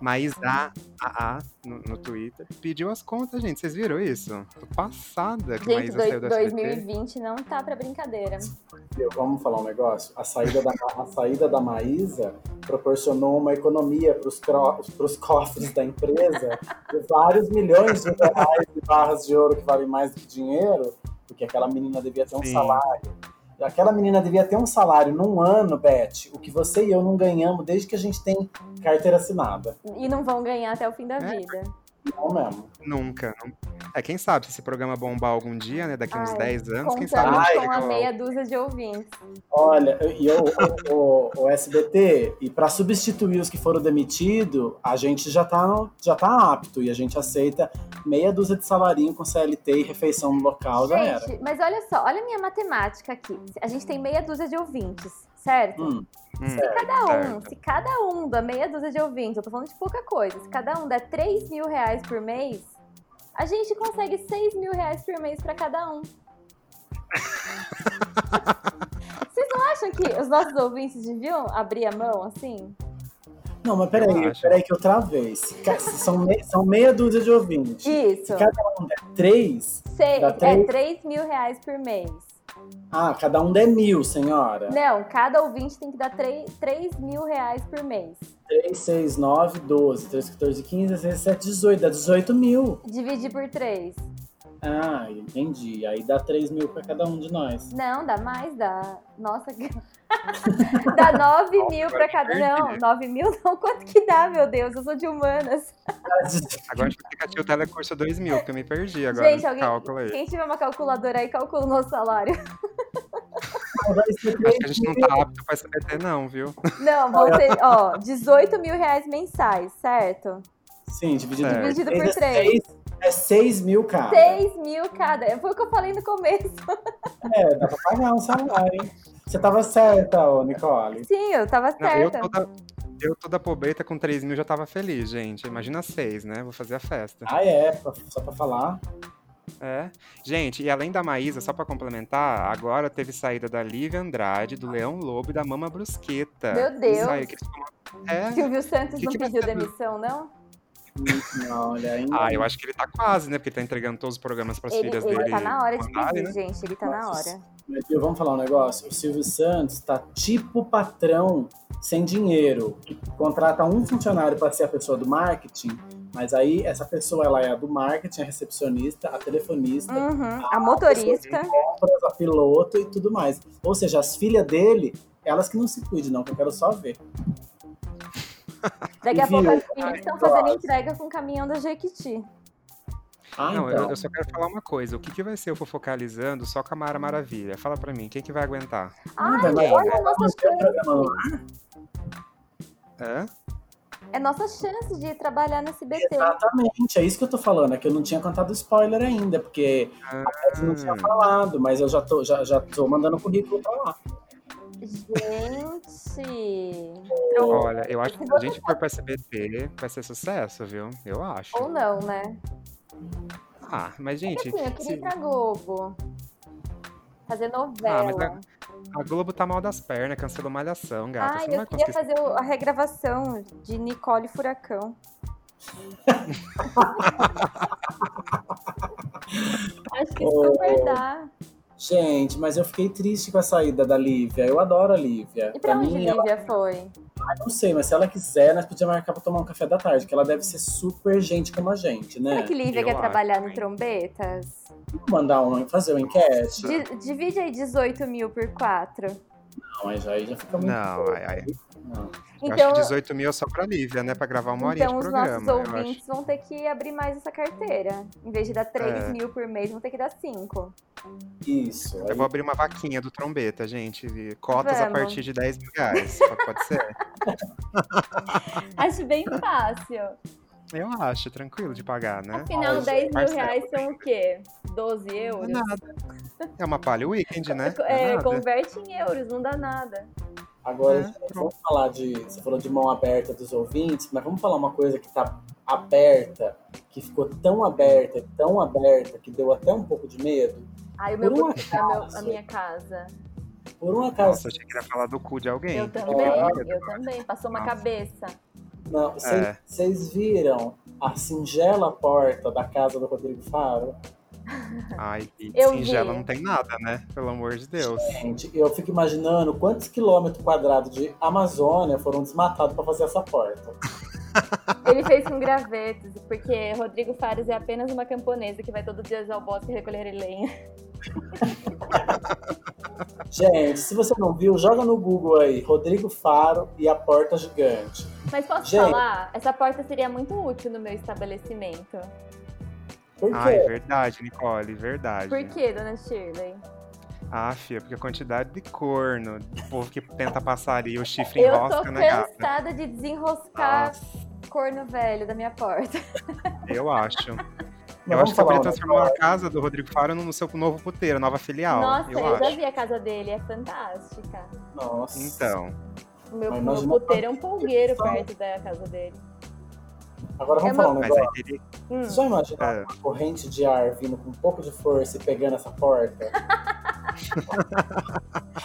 D: Maísa AA no, no Twitter pediu as contas, gente. Vocês viram isso? Tô passada que
C: Gente,
D: Maísa saiu
C: dois-
D: do SBT.
C: 2020 não tá pra brincadeira.
B: Eu- Vamos falar um negócio? A saída da, a saída da Maísa proporcionou uma economia para os cofres da empresa de vários milhões de reais de barras de ouro que valem mais do que dinheiro, porque aquela menina devia ter um
D: Sim.
B: salário. Aquela menina devia ter um salário num ano, Beth, o que você e eu não ganhamos desde que a gente tem carteira assinada.
C: E não vão ganhar até o fim da
D: É,
C: vida.
B: Não mesmo.
D: Nunca. não- É, quem sabe se esse programa bombar algum dia, né? Daqui uns
C: Ai,
D: 10 anos, quem sabe
C: Contamos
D: gente
C: com
D: chega
C: a
D: lá.
C: meia dúzia de ouvintes.
B: Olha, e eu, o, o- o SBT, e para substituir os que foram demitidos, a gente já tá, já tá apto e a gente aceita meia dúzia de salarinho com CLT e refeição no local, já era.
C: Gente, mas olha só, olha a minha matemática aqui. A gente tem meia dúzia de ouvintes, certo?
B: Hum,
D: Hum,
C: cada um,
D: certo.
C: se cada um da meia dúzia de ouvintes, eu tô falando de pouca coisa, se cada um der 3 mil reais por mês, a gente consegue 6 mil reais por mês pra cada um. Vocês não acham que os nossos ouvintes deviam abrir a mão assim?
B: Não, mas
D: Eu
B: peraí,
D: acho.
B: peraí que eu travei. Se ca- se são, me- são meia dúzia de ouvintes.
C: Isso.
B: cada um Três?
C: Seis,
B: dá
C: é
B: três?
C: 3 mil reais por mês.
B: Ah, cada um der mil, senhora.
C: Não, cada ouvinte tem que dar 3, mil reais por mês.
B: Três, seis, nove, doze, três, 14, 15, 16, 17, 18. Dá 18 mil.
C: Dividir por 3.
B: Ah, entendi. Aí dá 3 mil pra cada um de nós.
C: Não, dá mais, dá. Nossa, que- dá 9 mil pra cada. Não, 9 mil não. Quanto que dá, meu Deus? Eu sou de humanas.
D: Agora a gente tem que assistir o telecurso 2000, porque eu me perdi agora
C: Gente,
D: nesse
C: alguém-
D: cálculo aí.
C: Quem tiver uma calculadora aí, calcula o nosso salário. é
B: Vai ser
D: Acho
B: 3
D: que a gente não tá apto pra SBT, não, viu?
C: Não, vão ter, ó, 18 mil reais mensais, certo?
B: Sim, dividido
D: Certo.
B: por
C: Dividido
B: três
C: por
B: é
C: três.
B: seis- É 6 mil, cara.
C: 6 mil cada. Foi o que eu falei no começo.
B: É, dá pra pagar um salário, hein? Você tava certa, ô, Nicole.
C: Sim, eu tava
D: Não, eu
C: certa.
D: toda, eu toda pobreta com 3 mil já tava feliz, gente. Imagina 6, né? Vou fazer a festa.
B: Ah, é, pra- só pra falar.
D: É. Gente, e além da Maísa, só pra complementar, agora teve saída da Lívia Andrade, do Leão Lobo e da Mama Brusqueta.
C: Meu Deus.
D: Saiu que eles tomaram- É.
C: Silvio Santos
D: Que assim,
C: não
D: que vai
C: pediu
D: ser do-
C: demissão, não?
B: Não, Hum, olha, ainda.
D: Ah, eu acho que ele tá quase, né? Porque ele tá entregando todos os programas pras
C: Ele,
D: filhas
C: ele
D: dele. né?
C: tá na hora de
D: mandarem,
C: pedir, gente. Ele tá na
B: Nossa.
C: hora.
B: Mas, viu, Vamos falar um negócio? O Silvio Santos tá tipo patrão sem dinheiro. Contrata um funcionário para ser a pessoa do marketing, mas aí essa pessoa ela é a do marketing, a recepcionista, a telefonista,
C: Uhum, a motorista.
B: compras, a piloto e tudo mais. Ou seja, as filhas dele, elas que não se cuidem, não, que eu quero só ver.
C: Daqui a
B: Viu?
C: pouco as filhas estão
B: Ai,
C: fazendo
B: nossa.
C: entrega com o caminhão da Jequiti.
B: Ah,
D: Não,
B: então.
D: eu, eu só quero falar uma coisa. O que, que vai ser o Fofocalizando só com a Mara Maravilha? Fala pra mim, quem que vai aguentar?
C: Ai,
B: vai,
C: Ah, então olha
B: vai.
C: a nossa
B: Não tem
C: chance.
B: programa lá.
D: Hã?
C: É nossa chance de trabalhar no SBT.
B: Exatamente, é isso que eu tô falando, é que eu não tinha contado spoiler ainda, porque a Pet não tinha falado, mas eu já tô, já, já tô mandando currículo pra lá.
C: Gente!
D: Olha, eu acho que se a gente for pra SBT, vai ser sucesso, viu? Eu acho.
C: Ou não, né?
D: Ah, mas, gente.
C: Assim, eu queria
D: se-
C: ir pra Globo. Fazer
D: Ah,
C: novela.
D: mas a, a Globo tá mal das pernas, cancelou malhação, Ah, é gata.
C: Ai,
D: Você não
C: eu
D: vai
C: queria
D: conseguir.
C: fazer o- a regravação de Nicole Furacão. Acho que super dá.
B: Gente, mas eu fiquei triste com a saída da Lívia. Eu adoro a Lívia.
C: E pra
B: pra
C: onde
B: mim, ela,
C: Lívia foi?
B: Ah, não sei, mas se ela quiser, nós podíamos marcar pra tomar um café da tarde, que ela deve ser super gente como a gente,
C: Será
B: né?
C: que Lívia
D: É, eu
C: quer
D: acho,
C: trabalhar no
D: hein.
C: Trombetas?
B: Vamos Mandar um, fazer uma enquete.
C: Di- divide aí 18 mil por 4.
B: Não, mas aí já fica muito.
C: um
D: Não, ai, ai.
B: Não.
D: Eu
C: Então,
D: acho que 18 mil é só pra Lívia, né? Pra gravar uma horinha
C: então
D: de
C: os nossos
D: programa. eu acho.
C: ouvintes vão ter que abrir mais essa carteira. Em vez de dar 3
D: É.
C: mil por mês, vão ter que dar 5.
B: Isso.
D: Eu vou abrir uma vaquinha do trombeta, gente. e Cotas a
C: Vamos.
D: partir de 10 mil reais. Pode- Pode ser?
C: Acho bem fácil.
D: Eu acho, tranquilo de pagar, né?
C: Afinal,
B: Olha,
C: 10 mil
D: parcela.
C: reais são o quê? 12 euros?
D: Não é nada. É uma palha weekend, né? Não
C: É,
D: É, nada.
C: converte em euros, não dá nada.
B: Agora,
D: É,
B: gente,
D: pronto.
B: vamos falar de. Você falou de mão aberta dos ouvintes, mas vamos falar uma coisa que tá aberta, que ficou tão aberta, tão aberta, que deu até um pouco de medo.
C: Ai, o meu,
B: Por um
C: boteco é o meu- a
B: acaso.
C: minha casa.
B: Por um acaso,
D: Nossa, achei que ia falar do cu de alguém.
C: Eu
D: porque
C: também,
D: olha,
C: eu também. Passou uma
D: Nossa.
C: cabeça.
B: não,
D: É.
B: vocês viram a singela porta da casa do Rodrigo Faro?
D: Ai, e
C: Eu
D: singela
C: vi.
D: não tem nada, né? Pelo amor de Deus.
B: Gente, eu fico imaginando quantos quilômetros quadrados de Amazônia foram desmatados pra fazer essa porta.
C: Ele fez com gravetos, porque Rodrigo Fares é apenas uma camponesa que vai todo dia ao bosque recolher lenha.
B: Gente, se você não viu, joga no Google aí, Rodrigo Faro e a porta gigante.
C: Mas posso
B: Gente.
C: falar? Essa porta seria muito útil no meu estabelecimento.
B: Por quê?
D: Ai, verdade, Nicole, verdade.
C: Por quê, dona Shirley?
D: Ah, fia, porque a quantidade de corno, do povo que tenta passar ali o chifre
C: Eu tô
D: enrosca, né, gata?
C: cansada de desenroscar corno velho da minha porta.
D: Eu acho.
B: Não,
D: eu
B: vamos
D: acho que você podia
B: falar,
D: transformar a casa do Rodrigo Faro no seu novo puteiro, nova filial.
C: Nossa,
D: eu,
C: eu,
D: acho.
C: já vi a casa dele, é fantástica.
B: Nossa.
D: Então,
C: O meu,
B: Mas
C: meu
B: imagina-
C: puteiro é um polgueiro perto da casa dele.
B: Agora vamos
C: É uma-
B: falar um
D: mas
B: negócio.
D: aí teria.
C: Hum.
B: Você já imaginou
D: É.
B: uma corrente de ar vindo com um pouco de força e pegando essa porta?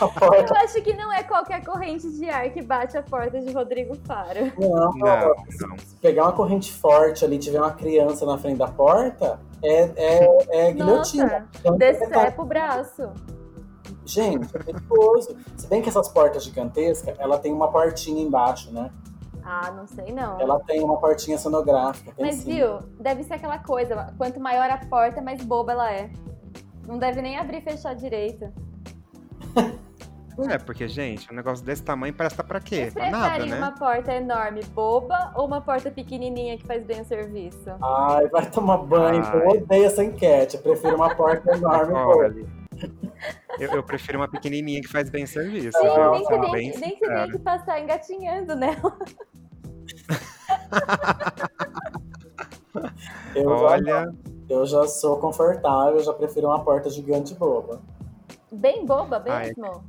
B: a porta
C: Eu acho que não é qualquer corrente de ar que bate a porta de Rodrigo Faro.
B: não,
D: Não, não.
B: Se pegar uma corrente forte ali e tiver uma criança na frente da porta, é, é, é guilhotina.
C: Nossa,
B: Então,
C: decepa o braço.
B: Gente, é perigoso. Se bem que essas portas gigantescas, ela tem uma portinha embaixo, né?
C: Ah, não sei não.
B: Ela tem uma portinha sonográfica. Tem
C: Mas
B: sim.
C: viu, deve ser aquela coisa, quanto maior a porta, mais boba ela é. Não deve nem abrir e fechar direito.
D: É, porque, gente, um negócio desse tamanho presta pra quê?
C: Vocês
D: Pra nada,
C: preferem
D: né?
C: uma porta enorme boba ou uma porta pequenininha que faz bem o serviço?
B: Ai, vai tomar banho.
D: Ai.
B: Eu odeio essa enquete. Eu prefiro uma porta enorme. pô.
D: Olha, eu, eu prefiro uma pequenininha que faz bem serviço.
C: Sim,
D: viu?
C: nem,
D: Sendo
C: teria,
D: bem
C: nem teria
D: sincero.
C: que passar engatinhando nela.
B: Eu já,
D: Olha,
B: eu já sou confortável, eu já prefiro uma porta gigante boba.
C: Bem boba
D: Ai,
C: mesmo.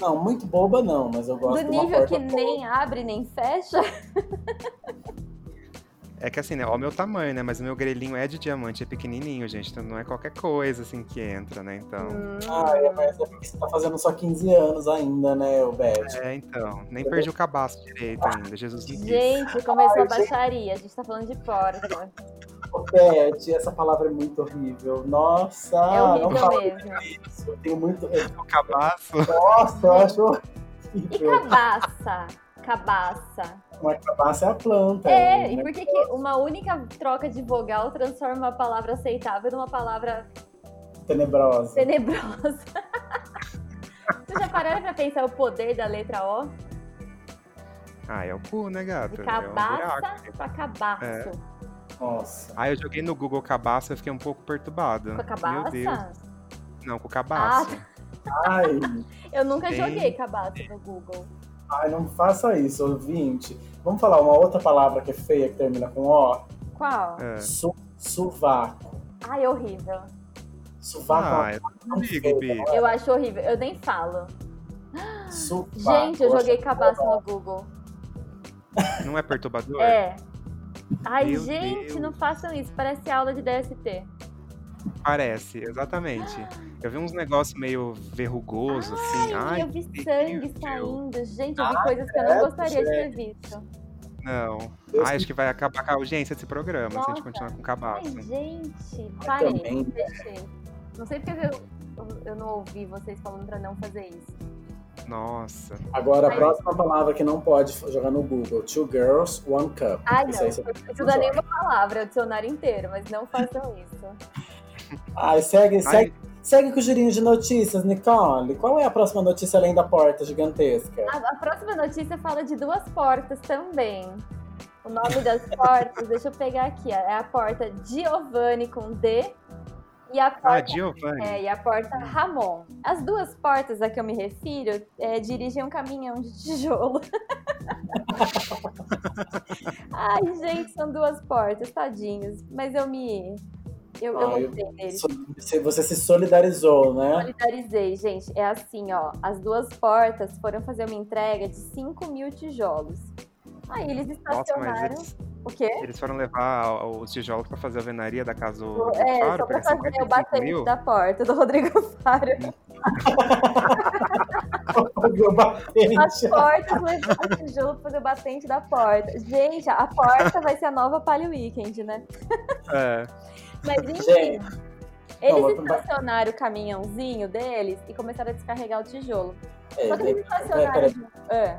B: Não, muito boba não, mas eu
C: Do
B: gosto de uma
C: nível
B: porta
C: que
B: boba.
C: nem abre nem fecha.
D: é que assim, né? Olha o meu tamanho, né? Mas o meu grelhinho é de diamante, é pequenininho, gente. Então não é qualquer coisa, assim, que entra, né? Então.
B: Ah, é, mas é porque você tá fazendo só 15 anos ainda, né, o Beth?
D: É, então. Nem perdi o cabaço direito ainda. Jesus me quis.
C: Gente, começou
B: Ai,
C: a baixaria. A gente tá falando de porta.
B: Ô, Beth, essa palavra é muito horrível. Nossa,
C: é
B: Ah, não
C: horrível
B: fala
C: mesmo.
B: isso. Eu tenho muito.
D: O cabaço.
B: Nossa, eu acho
C: E
B: horrível.
C: cabaça? Cabaça.
B: Uma cabaça é a planta.
C: É,
D: Então,
B: né?
C: e por que, que uma única troca de vogal transforma uma palavra aceitável numa palavra
B: Tenebrosa.
C: tenebrosa? Vocês já pararam pra pensar o poder da letra O?
D: Ah, é o cu, né, gato?
C: De
D: É um buraco.
C: cabaça pra cabaço.
D: É.
B: Nossa.
D: Ah, eu joguei no Google cabaço e fiquei um pouco perturbada.
C: Com a
D: Meu Deus.
C: cabaça? Ah,
D: Não, com o cabaço.
B: Ai,
C: Eu nunca
D: Sim.
C: joguei cabaça no Google.
B: Ai, não faça isso, ouvinte. Vamos falar uma outra palavra que é feia, que termina com O?
C: Qual?
D: É.
B: Su suvaco.
C: Ai, é horrível.
B: Suvaco é uma
D: Ah, eu não ligo, Bi.
C: Eu acho horrível. Eu nem falo.
B: Suvaco.
C: Gente, eu
B: acho
D: é
C: joguei
B: que
C: cabaço no Google.
D: Não é perturbador?
C: É. Ai,
D: Meu
C: gente,
D: Deus.
C: não façam isso. Parece aula de DST.
D: Parece, exatamente. Eu vi uns negócios meio verrugoso, assim. Ai,
C: eu vi
D: que é?
C: sangue
D: horrível.
C: saindo. Gente, eu vi
B: Ah,
C: coisas que eu não
B: credo,
C: gostaria de ter visto.
D: Não.
B: Deus
D: Ai, acho que vai acabar com a audiência desse programa se a gente
C: Nossa.
D: continuar com
C: Ai,
D: cabaço.
C: gente, parei.
B: também, né?
C: Deixei. Não sei porque eu, eu, eu não ouvi vocês falando pra não fazer isso.
D: Nossa.
B: Agora, a
C: Ai.
B: próxima palavra que não pode jogar no Google. Two girls, one cup.
C: Ai,
B: Isso
C: não.
B: aí você tem que
C: Isso não é
B: jogar.
C: nenhuma palavra, é o dicionário inteiro, mas não façam isso.
B: Ai, segue,
D: Ai,
B: segue, segue com o girinho de notícias, Nicole. Qual é a próxima notícia além da porta gigantesca?
C: A, a próxima notícia fala de duas portas também. O nome das portas, deixa eu pegar aqui, é a porta Giovanni com D e a
D: ah,
C: porta
D: Giovanni.
C: É, e a porta Ramon. As duas portas a que eu me refiro é, dirigem um caminhão de tijolo. Ai, gente, são duas portas, tadinhos. Mas eu me. Eu, eu
B: Ah, eu-
C: gostei deles.
B: So- se- Você se solidarizou, né?
C: Solidarizei, gente. É assim, ó. As duas portas foram fazer uma entrega de 5 mil tijolos. Aí eles
D: Nossa, mas
C: estacionaram.
D: eles,
C: O quê?
D: eles foram levar a- os tijolos pra fazer a venaria da casa do, do
C: É,
D: Faro,
C: só pra
D: pegar
C: fazer o
D: 55
C: batente
D: mil.
C: da porta do Rodrigo Faro.
B: Eu bati.
C: As portas né, levaram o tijolo pro batente da porta. Gente, a porta vai ser a nova Palio Weekend, né?
D: É.
C: Mas enfim,
B: Gente, não,
C: eles
B: mas-
C: estacionaram o caminhãozinho deles e começaram a descarregar o tijolo.
B: é,
C: Só que eles
B: é, é,
C: estacionaram.
B: peraí,
C: É.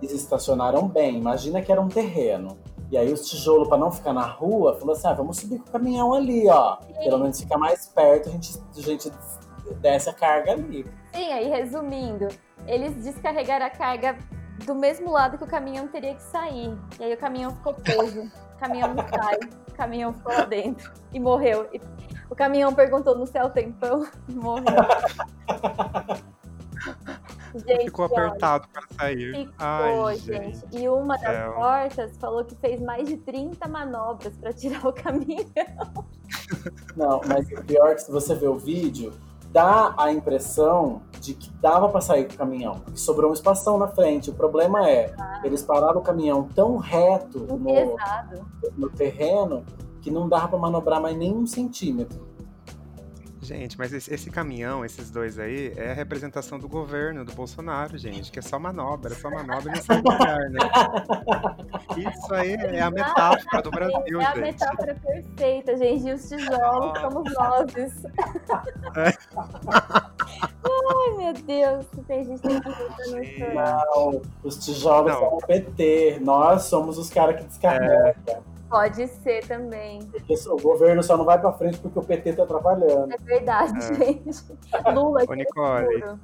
B: eles estacionaram bem. Imagina que era um terreno. E aí os tijolos, pra não ficar na rua, falou assim: ah, vamos subir com o caminhão ali, ó. Pelo menos fica mais perto, a gente, a gente desce a carga ali.
C: Sim, aí resumindo, eles descarregaram a carga do mesmo lado que o caminhão teria que sair. E aí o caminhão ficou preso. O caminhão não sai. O caminhão ficou lá dentro e morreu. E o caminhão perguntou no céu tempão e morreu. Gente,
D: Ficou
C: olha,
D: apertado pra sair.
C: Ficou,
D: Ai,
C: gente.
D: gente.
C: E uma das
D: céu.
C: portas falou que fez mais de 30 manobras pra tirar o caminho.
B: Não, mas o pior é que se você ver o vídeo, dá a impressão de que dava pra sair com o caminhão, que sobrou um espação na frente. O problema é,
C: Ah.
B: eles pararam o caminhão tão reto no,
C: Pesado.
B: no terreno que não dava pra manobrar mais nem um centímetro.
D: Gente, mas esse, esse caminhão, esses dois aí, é a representação do governo, do Bolsonaro, gente, que é só manobra, é só manobra e não sai do lugar, né? Isso aí é a metáfora do Brasil,
C: é a
D: gente. Ah.
C: metáfora perfeita, gente. E os tijolos somos nós. Ai, meu Deus. Tem gente que tá fazendo isso.
D: Gente.
B: Não, os tijolos
D: Não. É.
B: são o PT, nós somos os caras que descarregam,
C: Pode ser também.
B: porque o governo só não vai pra frente porque o PT tá atrapalhando.
C: É verdade,
D: É.
C: gente. Lula,
D: Ô,
C: que
D: Nicole,
C: loucura.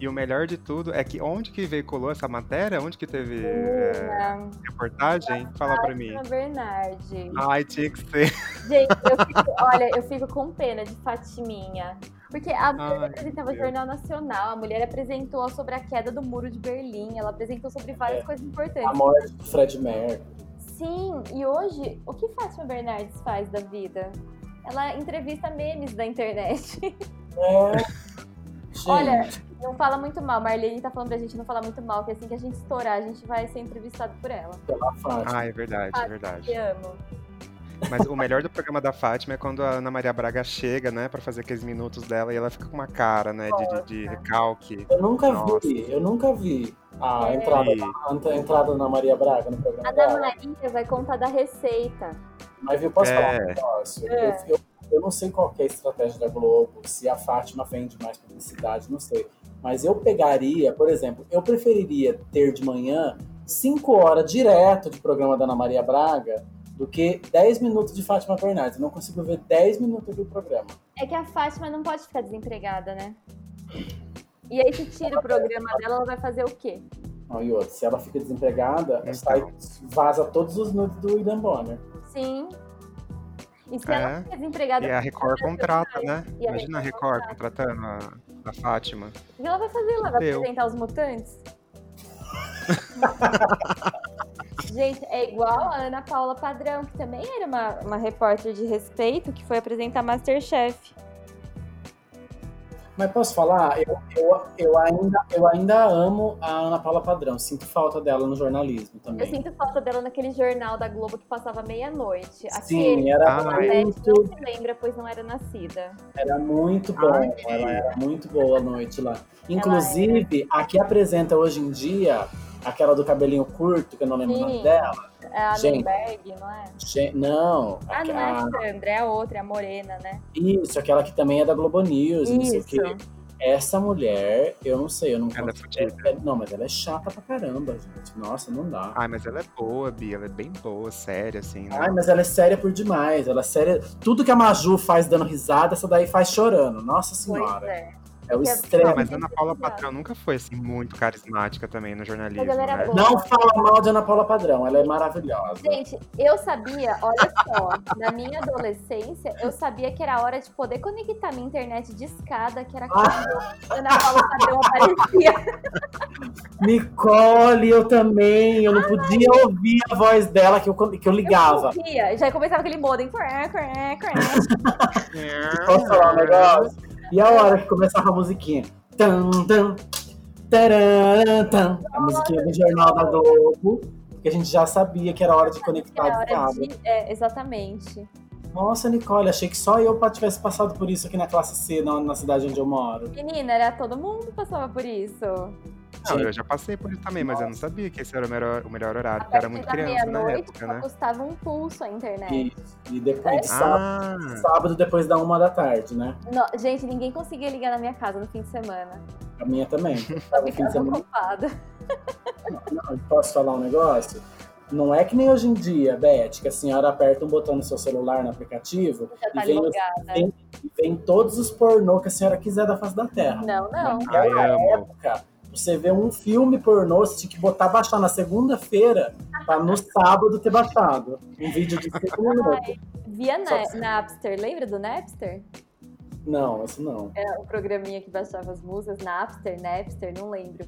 D: e o melhor de tudo é que onde que veiculou essa matéria? Onde que teve é,
C: Lula,
D: reportagem? Fala pra mim.
C: Fátima Bernardi.
D: Ai, tinha que ser.
C: Gente, eu fico, olha, eu fico com pena de Fatiminha. Porque a mulher
D: Ai,
C: apresentava o
D: meu Deus.
C: Jornal Nacional, a mulher apresentou sobre a queda do muro de Berlim, ela apresentou sobre várias
B: É.
C: coisas
B: A
C: importantes.
B: morte do Fred Mercury.
C: Sim, e hoje, o que Fátima Bernardes faz da vida? Ela entrevista memes da internet.
B: É.
C: Olha,
B: Gente,
C: Não fala muito mal, Marlene tá falando pra gente não falar muito mal, que assim que a gente estourar, a gente vai ser entrevistado por ela.
B: pela Fátima.
D: Ah, é verdade, é verdade.
C: Te amo.
D: Mas o melhor do programa da Fátima é quando a Ana Maria Braga chega, né, pra fazer aqueles minutos dela e ela fica com uma cara, né, de, de- de recalque.
B: Eu nunca
D: Nossa.
B: vi, eu nunca vi a
C: É.
B: entrada,
D: E-
B: a ent- a entrada da Maria Braga no programa
C: A Ana
B: dela.
C: Maria vai contar da receita.
B: Mas viu, posso
D: É.
B: falar um negócio?
C: É.
B: Eu, eu- eu não sei qual que é a estratégia da Globo, se a Fátima vende mais publicidade, não sei. Mas eu pegaria, por exemplo, eu preferiria ter de manhã 5 horas direto de programa da Ana Maria Braga do que 10 minutos de Fátima Bernardes. Eu não consigo ver 10 minutos do programa.
C: É que a Fátima não pode ficar desempregada, né? E aí, se tira o programa dela, ela vai fazer o quê?
B: Não, e outra, se ela fica desempregada,
D: Então.
B: sai, vaza todos os nudes do William Bonner.
C: Sim. E se
D: É.
C: ela fica desempregada,
D: E a Record contrata, né?
C: E a
D: Imagina a Record contratando a, a Fátima.
C: o que ela vai fazer? Ela vai
D: Deu.
C: apresentar os mutantes? Gente, é igual a Ana Paula Padrão, que também era uma, uma repórter de respeito, que foi apresentar Masterchef.
B: Mas posso falar? Eu, eu, eu, ainda, eu ainda amo a Ana Paula Padrão. Sinto falta dela no jornalismo
C: Eu
B: também.
C: sinto falta dela naquele jornal da Globo que passava meia-noite. Aquele
B: Sim, era
D: Ah,
C: a Beth
B: muito,
C: não se lembra, pois não era nascida.
B: era muito bom. Ela era muito boa à noite lá. Inclusive, a que apresenta hoje em dia, aquela do cabelinho curto, que eu não lembro o nome
C: Sim.
B: dela.
C: É a
B: Gente.
C: Lindbergh, não é?
B: Gen- Não,
C: Ah, não é
B: a-
C: a Sandra, é a outra, é a morena, né?
B: isso, aquela que também é da Globo News, não sei o é, quê.
C: Isso.
B: Essa mulher, eu não sei, eu não
D: Ela é fodida.
B: É- Não, mas ela é chata pra caramba, gente. Nossa, não dá.
D: Ai, mas ela é boa, Bia. Ela é bem boa, séria, assim. né?
B: Ai, mas ela é séria por demais. Ela é séria. Tudo que a Maju faz dando risada, essa daí faz chorando. Nossa
C: Pois
B: senhora.
C: é.
B: É o
C: Porque-
B: extremo.
D: Ah, mas Ana Paula
C: Obrigada.
D: Patrão nunca foi, assim, muito carismática também no jornalismo,
C: Mas ela era
D: né?
C: boa.
B: Não fala mal de Ana Paula Padrão, ela é maravilhosa.
C: Gente, eu sabia, olha só, na minha adolescência, eu sabia que era hora de poder conectar minha internet de escada, que
B: Ah.
C: era quando a Ana Paula Padrão aparecia.
B: Nicole, eu também. Eu não podia ouvir a voz dela que eu, que eu ligava.
C: Eu corria, já começava aquele modem. coré, coré, coré.
B: Posso falar um negócio? E a hora que começava a musiquinha? Tan, tan, taran, tan. A musiquinha do Jornal da Globo. Que a gente já sabia que era hora de
C: Que era
B: conectar de
C: hora
B: casa.
C: de. É, exatamente.
B: Nossa, Nicole, achei que só eu pa- tivesse passado por isso aqui na classe C, na, na cidade onde eu moro.
C: Menina, era todo mundo que passava por isso.
D: Não, eu já passei por isso também, mas eu não sabia que esse era o melhor, o melhor horário,
C: A
D: porque eu era
C: partir
D: muito
C: da
D: criança na
C: meia-noite,
D: época,
C: só
D: né?
C: custava um pulso a internet.
B: E, e depois de sábado,
D: Ah,
B: sábado, depois da uma da tarde, né?
C: No- gente, ninguém conseguia ligar na minha casa no fim de semana.
B: A minha também.
C: Eu
B: o fim de
C: ficava
B: semana.
C: ocupada.
B: Não, posso falar um negócio? Não é que nem hoje em dia, Beth, que a senhora aperta um botão no seu celular no aplicativo
C: Já tá
B: E vem os-
C: ligada.
B: e vem todos os pornô que a senhora quiser da face da terra.
C: Não, não.
D: ai,
B: Naquela
D: amo.
B: época, você vê um filme pornô, você tinha que botar baixar na segunda-feira pra no sábado ter baixado. Um vídeo de cinco minutos.
C: Via
B: Só
C: na,
B: que-
C: Napster, lembra do Napster?
B: Não, isso não.
C: Era É, o programinha que baixava as músicas, Napster, Napster, não lembro.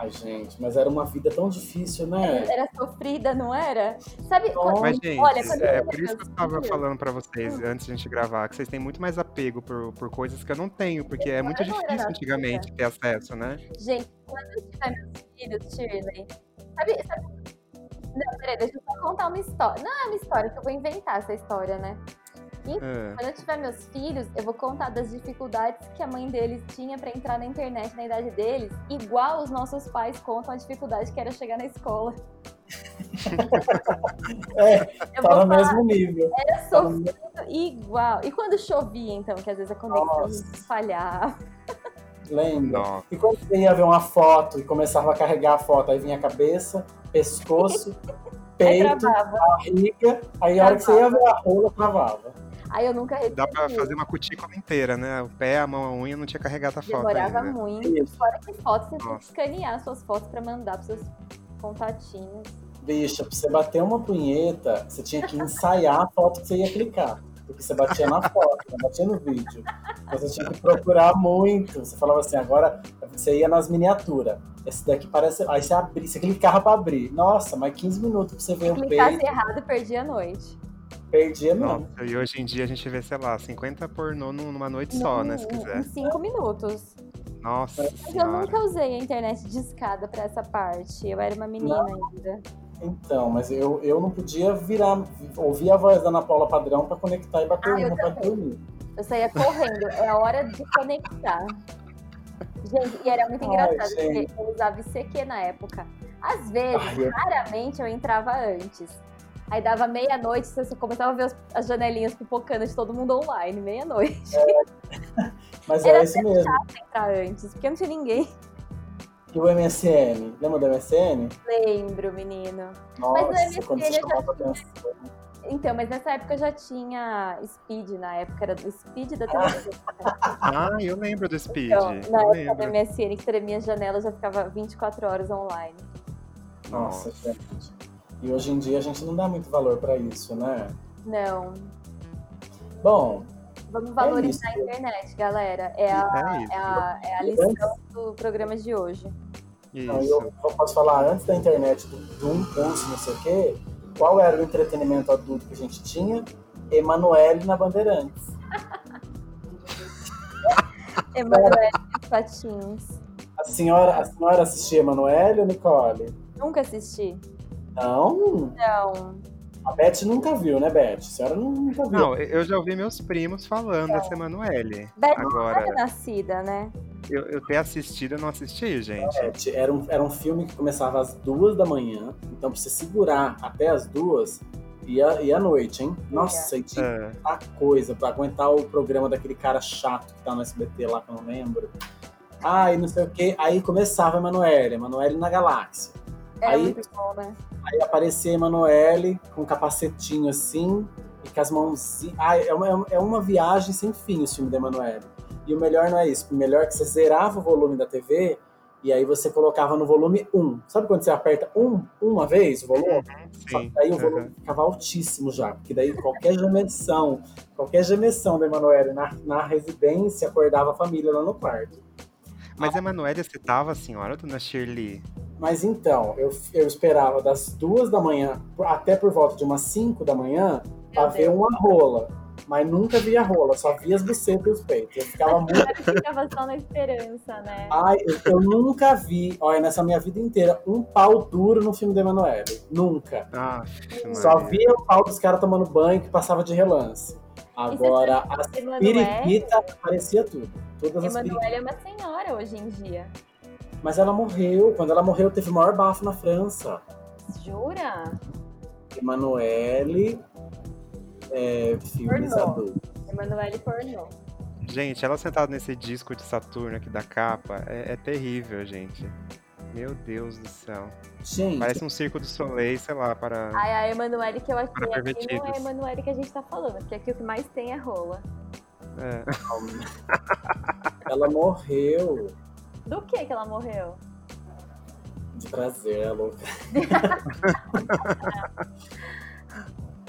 B: Ai, gente, mas era uma vida tão difícil, né?
C: Era sofrida, não era? Sabe?
B: Nossa.
D: Mas,
C: quando-
D: gente,
C: olha, quando
D: é
C: eu
D: por
C: era
D: isso que eu tava
C: filha,
D: falando pra vocês
C: hum.
D: antes de a gente gravar, que vocês têm muito mais apego por, por coisas que eu não tenho, porque é muito
C: eu não era
D: difícil
C: nascida.
D: antigamente ter acesso, né?
C: Gente, quando eu tiver meus filhos, Shirley, sabe, sabe- Não, peraí, deixa eu só contar uma história. Não é uma história que eu vou inventar essa história, né?
D: Ah,
C: Quando eu tiver meus filhos, eu vou contar das dificuldades que a mãe deles tinha pra entrar na internet na idade deles, igual os nossos pais contam a dificuldade que era chegar na escola.
B: É,
C: eu
B: Tá no
C: vou falar,
B: mesmo nível.
C: era
B: Tá no
C: sofrido igual. E quando chovia, então, que às vezes a conexão
B: Nossa.
C: falhava.
B: Lembra?
D: não.
B: E quando você ia ver uma foto e começava a carregar a foto, aí vinha a cabeça, pescoço,
C: Aí
B: peito,
C: travava.
B: barriga, aí a hora que você ia ver a rola, travava.
C: Aí eu nunca
D: Dá pra
C: recebi.
D: fazer uma cutícula inteira, né? O pé, a mão, a unha, não tinha carregado a foto
C: Demorava
D: ainda.
C: muito.
B: Isso.
C: Fora que fotos você tem que
D: Nossa.
C: escanear suas fotos pra mandar pros seus contatinhos.
B: Bicha, pra você bater uma punheta, você tinha que ensaiar a foto que você ia clicar. Porque você batia na foto, não batia no vídeo. Então Você tinha que procurar muito. Você falava assim, agora você ia nas miniaturas. Esse daqui parece. Aí você abria, você clicava pra abrir. Nossa, mais 15 minutos pra você ver o
C: Clicasse
B: peito.
C: errado, perdi a noite.
B: Perdia mesmo.
D: Nossa, e hoje em dia a gente vê, sei lá, 50 pornô num- numa noite só, né? Se
C: Em-
D: quiser.
C: Em cinco minutos.
D: Nossa
C: Mas eu
D: senhora.
C: nunca usei a internet de escada pra essa parte. Eu era uma menina ainda.
B: Então, mas eu, eu não podia virar, ouvir a voz da Ana Paula padrão pra conectar e bater
C: Ah, eu
B: uma pra
C: também.
B: dormir.
C: Eu saía correndo. É a hora de conectar. Gente, e era muito
B: Ai,
C: engraçado,
B: gente.
C: porque eu usava ICQ na época. Às vezes,
B: Ai, eu-
C: raramente eu entrava antes. Aí dava meia-noite, você só começava a ver os- as janelinhas pipocando de todo mundo online, meia-noite.
B: Mas
C: Era
B: era isso mesmo.
C: entrar antes, porque não tinha ninguém.
B: E o MSN? Lembra do MSN?
C: Lembro, menino.
B: Nossa,
C: MSN
B: quando você
C: eu já
B: chamava atenção.
C: Então, mas nessa época eu já tinha Speed na época, era do Speed da televisão.
D: Ah, eu lembro do Speed.
C: Então,
D: eu
C: na época do
D: lembro.
C: MSN, que tremia a janela, eu já ficava 24 horas online.
B: Nossa, gente. E hoje em dia a gente não dá muito valor pra isso, né?
C: Não.
B: Bom,
C: Vamos valorizar
B: É
C: a internet, galera. É a,
D: É isso.
C: é a, é a lição do programa de hoje.
B: Então, eu, eu posso falar antes da internet, do, do impulso, não sei o quê, qual era o entretenimento adulto que a gente tinha? Emanuele na Bandeirantes.
C: Emanuele dos Patins.
B: A senhora, a senhora assistia Emanuele ou Nicole?
C: Nunca assisti.
B: Não?
C: Não.
B: A Beth nunca viu, né, Beth? A senhora nu- nunca viu.
D: Não, eu já ouvi meus primos falando
C: Então.
D: dessa Emanuele.
C: Beth não
D: Agora,
C: era nascida, né?
D: eu, eu ter assistido, eu não assisti, gente.
B: Beth, era um, era um filme que começava às duas da manhã, então pra você segurar até as duas, ia, ia à noite, hein? Nossa, e tinha
D: É.
B: tanta coisa pra aguentar o programa daquele cara chato que tá no SBT lá, que eu não lembro. Ai, não sei o quê. Aí começava a Emanuele, Emanuele na Galáxia.
C: Era
B: Aí-
C: muito bom, né?
B: Aí aparecia a Emanuele com um capacetinho assim, e com as mãozinhas. Ai, é uma, é uma viagem sem fim o filme da Emanuele. E o melhor não é isso. O melhor é que você zerava o volume da TV e aí você colocava no volume 1. Sabe quando você aperta um, uma vez o volume? Só que
D: Sim.
B: daí o volume
D: Uhum.
B: ficava altíssimo já. Porque daí qualquer gemessão, qualquer gemessão da Emanuele na, na residência acordava a família lá no quarto.
D: Mas Emanuele citava a senhora, ou dona Shirley?
B: Mas então, eu, eu esperava das duas da manhã até por volta de umas 5 da manhã pra ver
C: Deus.
B: uma rola. Mas nunca via rola, só via as bucetas e os peitos. Eu ficava muito.
C: Ficava só na esperança, né?
D: Ah,
B: Ai, eu, eu nunca vi, olha, nessa minha vida inteira, um pau duro no filme da Emanuele. Nunca.
D: Ah,
B: Só via o pau dos caras tomando banho que passava de relance. Agora, as
C: Emanuele,
B: periquitas aparecia tudo. Todas as periquitas.
C: Emanuele é uma senhora hoje em dia.
B: Mas ela morreu. Quando ela morreu, teve o maior bafo na França.
C: Jura?
B: Emanuele, é, filmes
C: Pornô.
B: adultos.
C: Emanuele é pornô.
D: Gente, ela sentada nesse disco de Saturno aqui da capa é, é terrível, gente. Meu Deus do céu.
B: Gente,
D: Parece um circo do Soleil, sei lá, para.
C: Ai, a Emanuele que eu achei
D: Para
C: aqui não é
D: pervertidos.
C: a Emanuele que a gente tá falando, porque aqui o que mais tem é rola.
D: É.
B: ela morreu
C: Do que que ela morreu?
B: de prazer, é louca.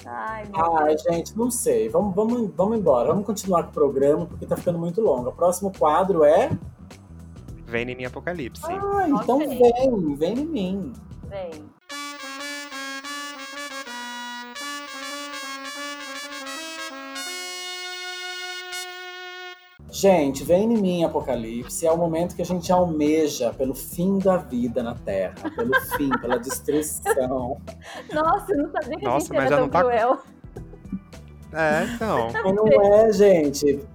C: Ai, meu
B: Ai, gente, não sei. Vamos, vamos, vamos embora. Vamos continuar com o programa, porque tá ficando muito longo. O próximo quadro é.
D: Vem em mim Apocalipse.
B: Ah, então
C: Ok.
B: vem, vem em mim.
C: Deus, bem.
B: Gente, vem em mim, Apocalipse. É o momento que a gente almeja pelo fim da vida na Terra, pelo fim, pela destruição.
C: Nossa, eu não sabia que a
D: Nossa,
C: gente
D: mas
C: era
D: já
C: tão
D: não tá-
C: cruel.
D: É, então.
B: Mas não é, gente.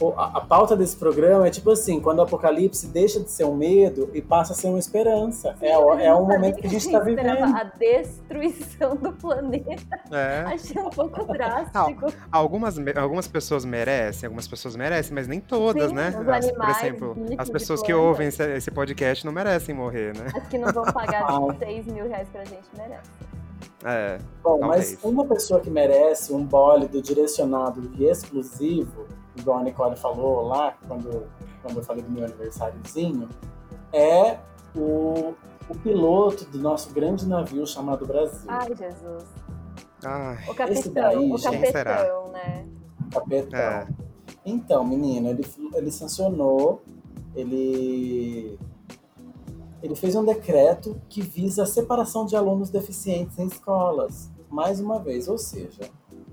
B: O- A, a pauta desse programa é tipo assim, quando o apocalipse deixa de ser um medo e passa a ser uma esperança. É, o- é um
C: Eu não sabia
B: momento que a gente tá vivendo.
C: esperava A destruição do planeta.
D: É.
C: Achei um pouco drástico.
D: Algumas, me- algumas pessoas merecem, algumas pessoas merecem, mas nem todas,
C: Sim,
D: né?
C: os
D: As- por
C: animais,
D: exemplo,
C: bichos
D: as
C: de
D: pessoas que
C: planta.
D: ouvem esse, esse podcast não merecem morrer, né?
C: As que não vão pagar
B: Ah.
C: 6 mil reais pra gente, merece.
D: É.
B: Bom, mas
D: Talvez.
B: uma pessoa que merece um bólido direcionado e exclusivo, igual a Nicole falou lá, quando, quando eu falei do meu aniversáriozinho, é o, o piloto do nosso grande navio chamado Brasil.
C: Ai, Jesus.
D: Ai,
C: O
B: Esse
C: capitão,
B: daí,
C: o
D: gente. Quem será?
C: capitão, né?
B: Capetão.
D: É.
B: Então, menino, ele, ele sancionou, ele, ele fez um decreto que visa a separação de alunos deficientes em escolas. Mais uma vez, ou seja,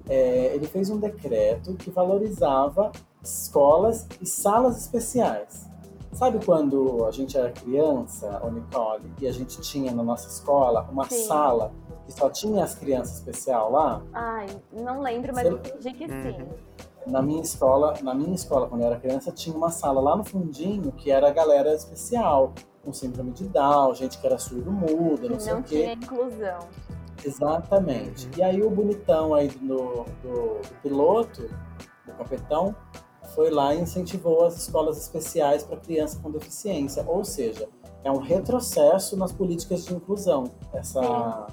B: é, ele fez um decreto que valorizava escolas e salas especiais. Sabe quando a gente era criança, ô Nicole, e a gente tinha na nossa escola uma
C: Sim.
B: sala que só tinha as crianças especial lá?
C: Ai, não lembro, mas
B: Sei
C: eu fingi que
D: Uhum.
C: sim.
B: na minha escola, na minha escola quando eu era criança, tinha uma sala lá no fundinho que era a galera especial, com síndrome de Down, gente que era surdo muda,
C: Que
B: não, sei
C: não
B: o quê.
C: tinha inclusão.
B: Exatamente. E aí o bonitão aí do, do- do piloto, do capitão, foi lá e incentivou as escolas especiais para criança com deficiência. Ou seja, é um retrocesso nas políticas de inclusão, essa,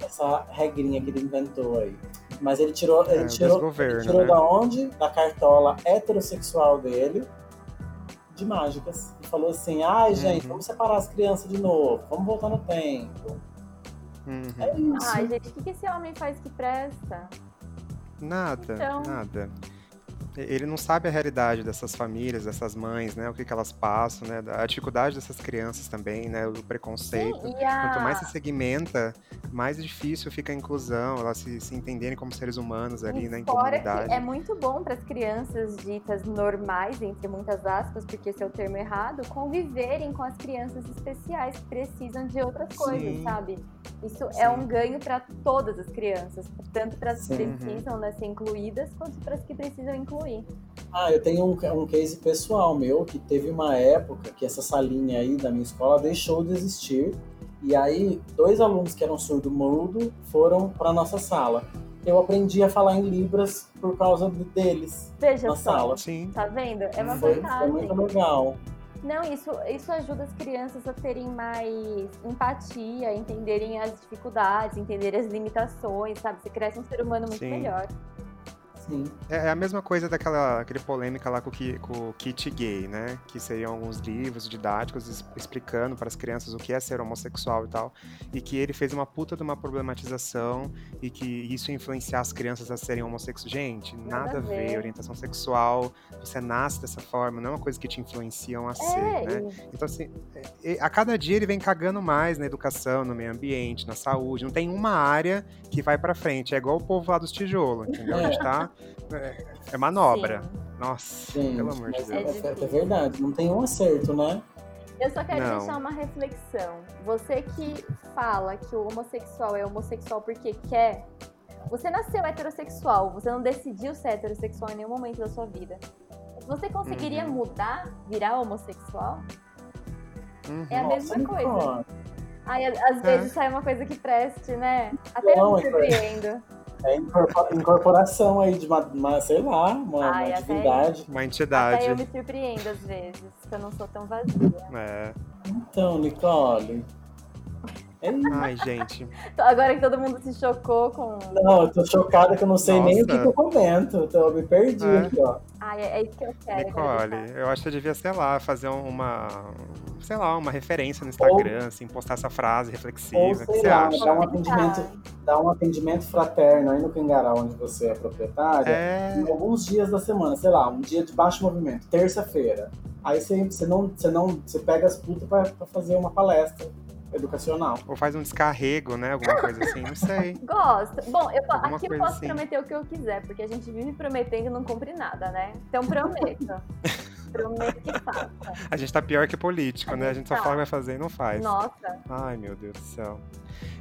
C: É.
B: essa regrinha que ele inventou aí. Mas ele tirou, ele
D: É,
B: tirou,
D: desgoverno,
B: ele tirou
D: né?
B: da onde? Da cartola heterossexual dele, de mágicas. E falou assim, ai gente,
D: Uhum.
B: vamos separar as crianças de novo, vamos voltar no tempo.
D: uhum.
B: É isso.
C: Ai, gente, o que que esse homem faz que presta?
D: Nada,
C: Então.
D: nada. ele não sabe a realidade dessas famílias, dessas mães, né? O que, que elas passam, né? A dificuldade dessas crianças também, né? O preconceito.
C: Sim, e a-
D: Quanto mais se segmenta, mais difícil fica a inclusão, elas se, se entenderem como seres humanos ali, né? Em
C: Fora
D: comunidade.
C: que é muito bom para as crianças ditas normais, entre muitas aspas, porque esse é o termo errado, conviverem com as crianças especiais que precisam de outras coisas,
D: Sim.
C: sabe? Isso é
D: Sim. Uhum.
C: um ganho para todas as crianças, tanto para as que
B: Sim.
C: precisam né, ser incluídas, quanto para as que precisam incluir.
B: Ah, eu tenho um, um case pessoal meu que teve uma época que essa salinha aí da minha escola deixou de existir. E aí, dois alunos que eram surdo mudo foram para nossa sala. Eu aprendi a falar em Libras por causa de- deles
C: Veja
B: na
C: só.
B: sala.
D: Sim.
C: Tá vendo? É
D: Uhum.
C: uma
B: Foi, foi
C: vantagem.
B: muito legal.
C: Não, isso, isso ajuda as crianças a terem mais empatia, entenderem as dificuldades, entenderem as limitações, sabe? Você cresce um ser humano muito
D: Sim.
C: melhor.
B: Sim.
D: É é a mesma coisa daquela aquele polêmica lá com, o ki- com o kit gay, né? Que seriam alguns livros didáticos es- explicando para as crianças o que é ser homossexual e tal. E que ele fez uma puta de uma problematização e que isso ia influenciar as crianças a serem homossexuais. Gente, nada,
C: Nada
D: a
C: a
D: ver.
C: ver.
D: Orientação sexual, você nasce dessa forma, não é uma coisa que te influenciam a ser,
C: É,
D: né?
C: e-
D: Então, assim, é- é- a cada dia ele vem cagando mais na educação, no meio ambiente, na saúde. Não tem uma área que vai pra frente. É igual o povo lá dos tijolos, entendeu? A gente tá. É, é manobra.
C: sim.
D: Nossa,
B: Gente,
D: pelo amor de
B: mas
D: Deus.
C: Deus.
B: é, é verdade, não tem um acerto, né?
C: Eu só quero
D: Não.
C: deixar uma reflexão. Você que fala que o homossexual é homossexual porque quer, você nasceu heterossexual, você não decidiu ser heterossexual em nenhum momento da sua vida. Você conseguiria
D: Uhum.
C: mudar, virar homossexual?
D: Uhum.
C: É a
B: Nossa,
C: mesma coisa.
B: Nicole.
C: Ai, a- às
D: É.
C: vezes sai uma coisa que preste, né? Até eu
B: Não,
C: me
B: é que-
C: surpreendo.
B: É incorpora- incorporação aí de uma, uma, sei lá, uma, uma
C: Ai, até
B: atividade.
D: Uma
C: é- Até eu
D: entidade.
C: me surpreendo às vezes, que eu não sou tão vazia.
D: É.
B: Então, Nicole. É isso.
D: Ai, gente.
C: Tô- Agora que todo mundo se chocou com.
B: Não, eu tô chocada que eu não sei nem o que,
D: Nossa.
B: que eu comento. Então eu me perdi
D: É.
B: aqui, ó.
C: Ai, é, é isso que eu quero. eu quero deixar.
D: Nicole, eu acho que eu devia, sei lá, fazer um, uma. Sei lá, uma referência no Instagram, assim, postar essa frase
B: Ou
D: reflexiva. O que
B: sei
D: você
B: lá,
D: acha?
B: dá um, atendimento, dá um atendimento fraterno aí no Cangará, onde você é proprietária.
D: É.
B: Em alguns dias da semana, sei lá, um dia de baixo movimento, terça-feira. Aí você, você não, você não, você pega as putas pra, pra fazer uma palestra educacional.
D: Ou faz um descarrego, né? Alguma coisa assim, não sei.
C: Gosto. Bom, eu, po-
D: Alguma
C: aqui eu
D: coisa
C: posso
D: assim.
C: prometer o que eu quiser, porque a gente vive prometendo e não cumpre nada, né? Então prometo. prometo que faço.
D: A gente tá pior que político, né? A gente só
C: Tá.
D: fala que vai fazer e não faz.
C: Nossa,
D: Ai, meu Deus do céu.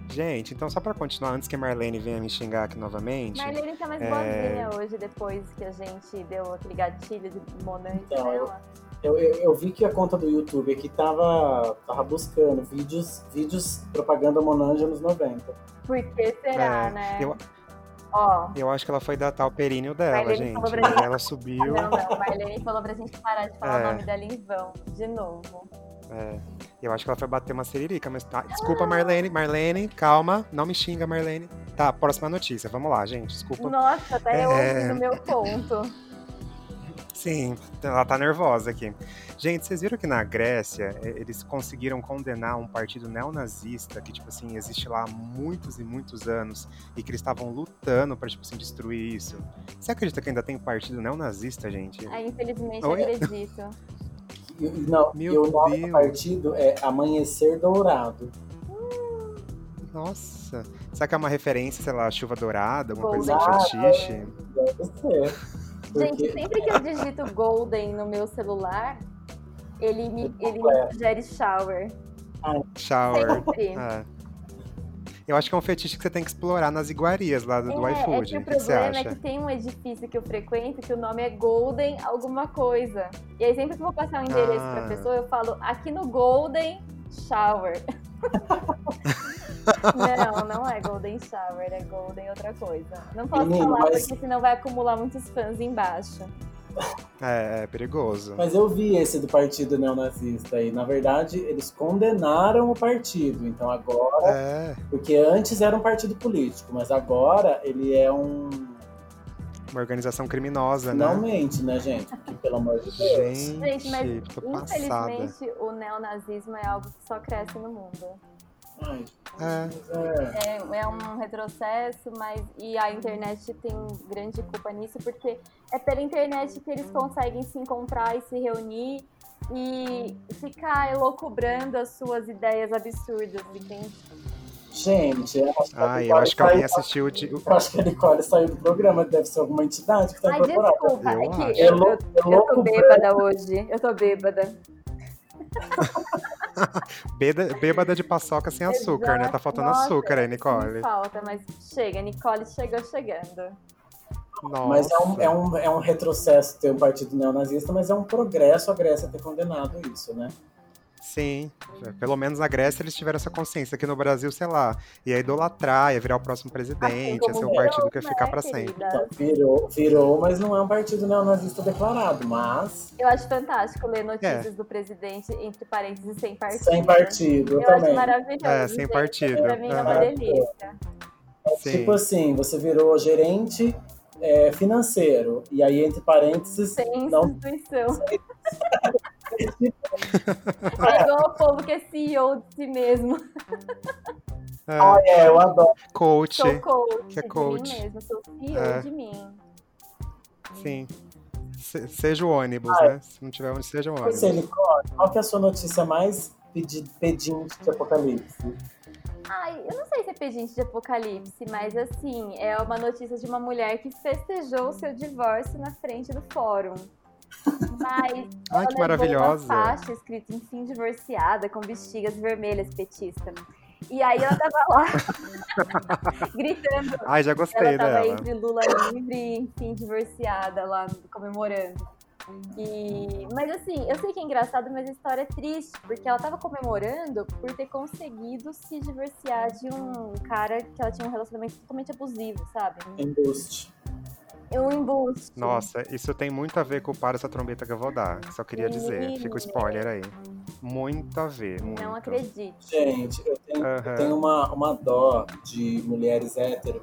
D: Gente, então só pra continuar, antes que a Marlene venha me xingar aqui novamente.
C: Marlene tá mais
D: É.
C: boazinha hoje, depois que a gente deu aquele gatilho de monante
B: Então, eu-
C: nela.
B: Eu, eu, eu vi que a conta do YouTube aqui tava, tava buscando vídeos, vídeos propaganda Monange anos 90.
C: Por que será,
D: É,
C: né?
D: eu-
C: Ó,
D: Eu acho que ela foi datar o períneo dela,
C: Marlene
D: gente.
C: falou pra
D: Mas
C: mim.
D: ela subiu.
C: Não, não. Marlene falou pra gente parar de falar
D: É.
C: o nome dela em vão, de novo.
D: é. Eu acho que ela foi bater uma seririca, mas tá, desculpa, Marlene. Marlene, calma. Não me xinga, Marlene. Tá, próxima notícia. Vamos lá, gente. Desculpa.
C: Nossa, até eu
D: É.
C: ouvi no meu ponto.
D: Sim, ela tá nervosa aqui. Gente, vocês viram que na Grécia eh, eles conseguiram condenar um partido neonazista que, tipo assim, existe lá há muitos e muitos anos e que eles estavam lutando pra, tipo assim, destruir isso. Você acredita que ainda tem um partido neonazista, gente?
C: Aí, infelizmente,
D: Oi?
C: acredito.
B: E, e não,
D: Meu
B: e o nome
D: Deus.
B: do partido é Amanhecer Dourado.
D: Nossa! Será que é uma referência, sei lá, à chuva dourada, alguma coisa
B: Dourada,
D: assim, fetiche?
B: Deve ser.
C: Gente,
B: Porque
C: sempre que eu digito Golden no meu celular, ele me, ele me
B: Completo.
C: sugere shower.
D: Shower.
C: Sempre.
D: É. Eu acho que é um fetiche que você tem que explorar nas iguarias lá do, do
C: é, é
D: iFood.
C: que o
D: o que você
C: problema é que
D: acha?
C: tem um edifício que eu frequento que o nome é Golden alguma coisa. E aí sempre que eu vou passar um endereço
D: Ah.
C: pra pessoa, eu falo aqui no Golden Shower. não, não é Golden Shower, é Golden outra coisa. Não posso
B: Menino,
C: falar
B: mas-
C: porque senão vai acumular muitos fãs embaixo.
D: É, é perigoso.
B: Mas eu vi esse do partido neonazista aí. Na verdade, eles condenaram o partido. Então agora.
D: É,
B: Porque antes era um partido político, mas agora ele é um.
D: uma organização criminosa, né?
B: Finalmente, né, gente? Porque, pelo amor de Deus.
D: Gente,
C: Gente, mas
D: tô passada.
C: Infelizmente, o neonazismo é algo que só cresce no mundo.
B: Ai,
D: É.
B: mas é.
C: É, é um retrocesso, mas e a internet tem grande culpa nisso, porque é pela internet que eles conseguem se encontrar e se reunir e ficar elocubrando as suas ideias absurdas. entende?
B: Gente, eu acho que, a
D: Ah, eu
B: Nicole
D: acho que alguém
B: saiu-
D: assistiu o de-
B: eu acho que a Nicole saiu do programa, deve ser alguma entidade que tá
C: Ai,
B: incorporada.
C: desculpa,
D: Eu
C: é que
D: acho.
C: eu,
B: Elo-
C: eu, eu tô
B: elocubrando.
C: bêbada hoje. Eu tô bêbada.
D: Bêda- Bêbada de paçoca sem açúcar, né? Tá faltando
C: Nossa,
D: açúcar aí,
C: isso me
D: Nicole.
C: Falta, mas chega, Nicole chegou chegando.
D: Nossa.
B: Mas é um, é, um, é um retrocesso ter um partido neonazista, mas é um progresso a Grécia ter condenado isso, né?
D: Sim. Pelo menos na Grécia eles tiveram essa consciência. Aqui no Brasil, sei lá, ia idolatrar, ia virar o próximo presidente, ia ser um
B: como
D: partido que ia
C: Não,
D: ficar
C: Assim né,
D: pra sempre.
C: querida?
B: Então, virou, virou, mas não é um partido neonazista declarado, mas
C: Eu acho fantástico ler notícias
D: É.
C: do presidente, entre parênteses, sem partido. né?
B: sem partido, eu,
C: Eu acho
B: também.
C: maravilhoso.
D: É, sem
C: gente.
D: partido.
C: Pra mim é uma
D: Aham.
C: delícia.
D: Sim.
B: Tipo assim, você virou gerente é, financeiro, e aí, entre parênteses,
C: Sem
B: não
C: instituição. é igual o povo que é CEO de si mesmo.
D: É,
B: Ah, é, eu adoro.
D: coach.
C: Sou coach.
D: que é
C: De
D: coach.
C: mim mesmo. Sou CEO
D: É.
C: de mim.
D: Sim. Se- seja o ônibus, né? Se não tiver onde seja o ônibus.
B: Você, Nicole, qual que é a sua notícia mais pedi- pedinte de apocalipse?
C: Ai, eu não sei se é pedinte de apocalipse, mas assim, é uma notícia de uma mulher que
D: Hum.
C: festejou o seu divórcio na frente do fórum. Mas
D: Ai, que
C: Ela levou Uma
D: maravilhosa.
C: faixa escrita enfim divorciada com bexigas vermelhas petista. E aí ela tava lá gritando.
D: Ai, já
C: Ela
D: gostei
C: tava
D: dela.
C: entre Lula livre e enfim divorciada lá comemorando. E... Mas assim, eu sei que é engraçado, mas a história é triste, porque ela tava comemorando por ter conseguido se divorciar de um cara que ela tinha um relacionamento totalmente abusivo, sabe?
B: Embuste.
C: Um embuste.
D: Nossa, isso tem muito a ver com o Para Essa Trombeta que eu vou dar. Só queria dizer. Fica o spoiler aí. Muito a ver. Muito.
C: Não acredito.
B: Gente, eu tenho, eu
D: Aham.
B: tenho uma, uma dó de mulheres hétero,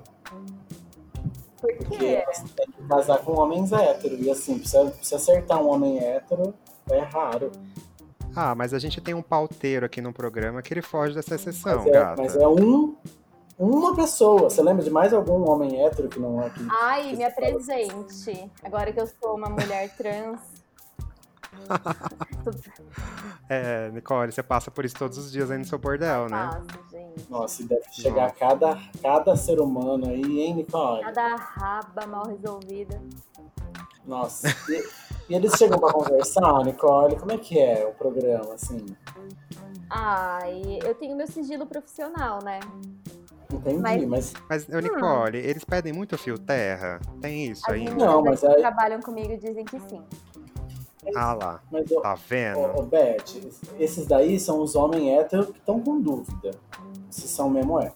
C: Por
B: porque
C: quê?
B: elas têm que casar com homens hétero. E assim, pra você- pra você acertar um homem hétero, é raro.
D: Ah, mas a gente tem um pauteiro aqui no programa que ele foge dessa exceção,
B: mas, é,
D: gata.
B: mas é um, uma pessoa. Você lembra de mais algum homem hétero que não é que
C: Ai,
B: Esse
C: me apresente. Agora que eu sou uma mulher trans.
D: É, Nicole, você passa por isso todos os dias aí no seu bordel, né?
C: Faço, gente.
B: Nossa, e deve chegar cada, cada ser humano aí, hein, Nicole?
C: Cada raba mal resolvida.
B: Nossa. E, e eles chegam pra conversar, Nicole? Como é que é o programa, assim?
C: Ai, eu tenho meu sigilo profissional, né?
B: Entendi,
C: Mas-
B: mas
D: Mas,
C: Hum.
D: ô, Nicole, eles pedem muito fio terra? Tem isso
C: As
D: ainda?
C: meninas
B: Não, mas
C: que
B: aí-
C: trabalham comigo dizem que sim.
D: Ah lá,
B: mas eu,
D: tá
B: Ô,
D: vendo?
B: ô, Beth, esses daí são os homens héteros que estão com dúvida se são mesmo é.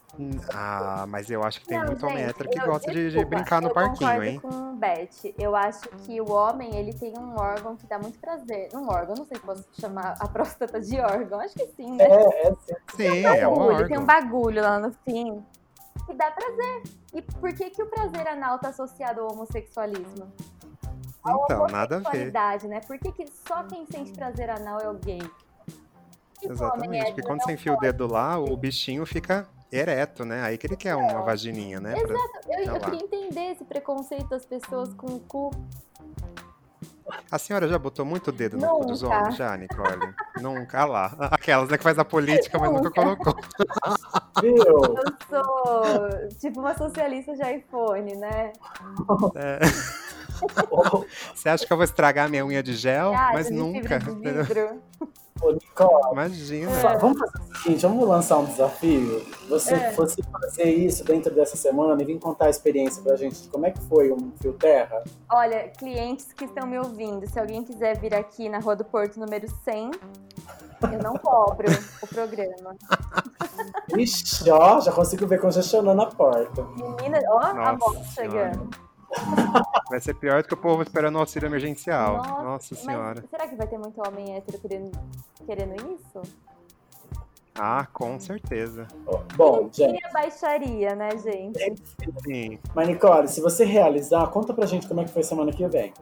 D: Ah, mas eu acho que tem
C: Não,
D: muito
C: gente,
D: homem hétero que
C: eu-
D: gosta de, de
C: desculpa,
D: brincar no
C: eu
D: parquinho,
C: concordo
D: hein?
C: com o Beth. Eu acho que o homem, ele tem um órgão que dá muito prazer. Um órgão, não sei se posso chamar a próstata de órgão. Acho que sim, né?
B: É, é sim.
D: Sim, é um
C: bagulho, tem
D: órgão.
C: um bagulho lá no fim que dá prazer. E por que, que o prazer anal tá associado ao homossexualismo?
D: Então, nada a ver.
C: Sexualidade, né? Por que, que só quem sente prazer anal é o gay? E o homem é
D: Exatamente,
C: hétero
D: porque quando
C: né, não
D: você enfia o dedo lá, o bichinho fica ereto, né? Aí que ele quer uma vagininha, né? Pra-
C: Eu,
D: Tá
C: eu
D: lá.
C: queria entender esse preconceito das pessoas com o cu.
D: A senhora já botou muito dedo no cu dos
C: Nunca.
D: homens, já, Nicole? nunca, ah lá. Aquelas, né, que faz a política, mas nunca colocou.
B: Viu?
C: Eu sou tipo uma socialista de iPhone, né?
D: É.
B: ô,
D: Você acha que eu vou estragar minha unha de gel?
C: Ah,
D: Mas
C: de
D: nunca.
C: fibra de
D: entendeu?
C: vidro.
B: ô, Nicole,
D: Imagina.
B: fa- vamos fazer o seguinte, vamos lançar um desafio. Você,
C: É.
B: você fazer isso dentro dessa semana e vir contar a experiência pra gente de como é que foi um fio terra.
C: Olha, clientes que estão me ouvindo, se alguém quiser vir aqui na Rua do Porto, número 100, eu não cobro o programa.
B: Ixi, ó, já consigo ver congestionando a porta.
C: Menina, ó, a
D: Nossa
C: moto
D: Senhora.
C: chegando.
D: Vai ser pior do que o povo esperando o auxílio emergencial.
C: Nossa,
D: Nossa,
C: Mas
D: senhora.
C: será que vai ter muito homem hétero querendo, querendo isso?
D: Ah, com certeza.
B: Bom, gente,
C: E a baixaria, né, gente?
D: Sim.
B: mas Nicole, se você realizar, conta pra gente como é que foi semana que vem.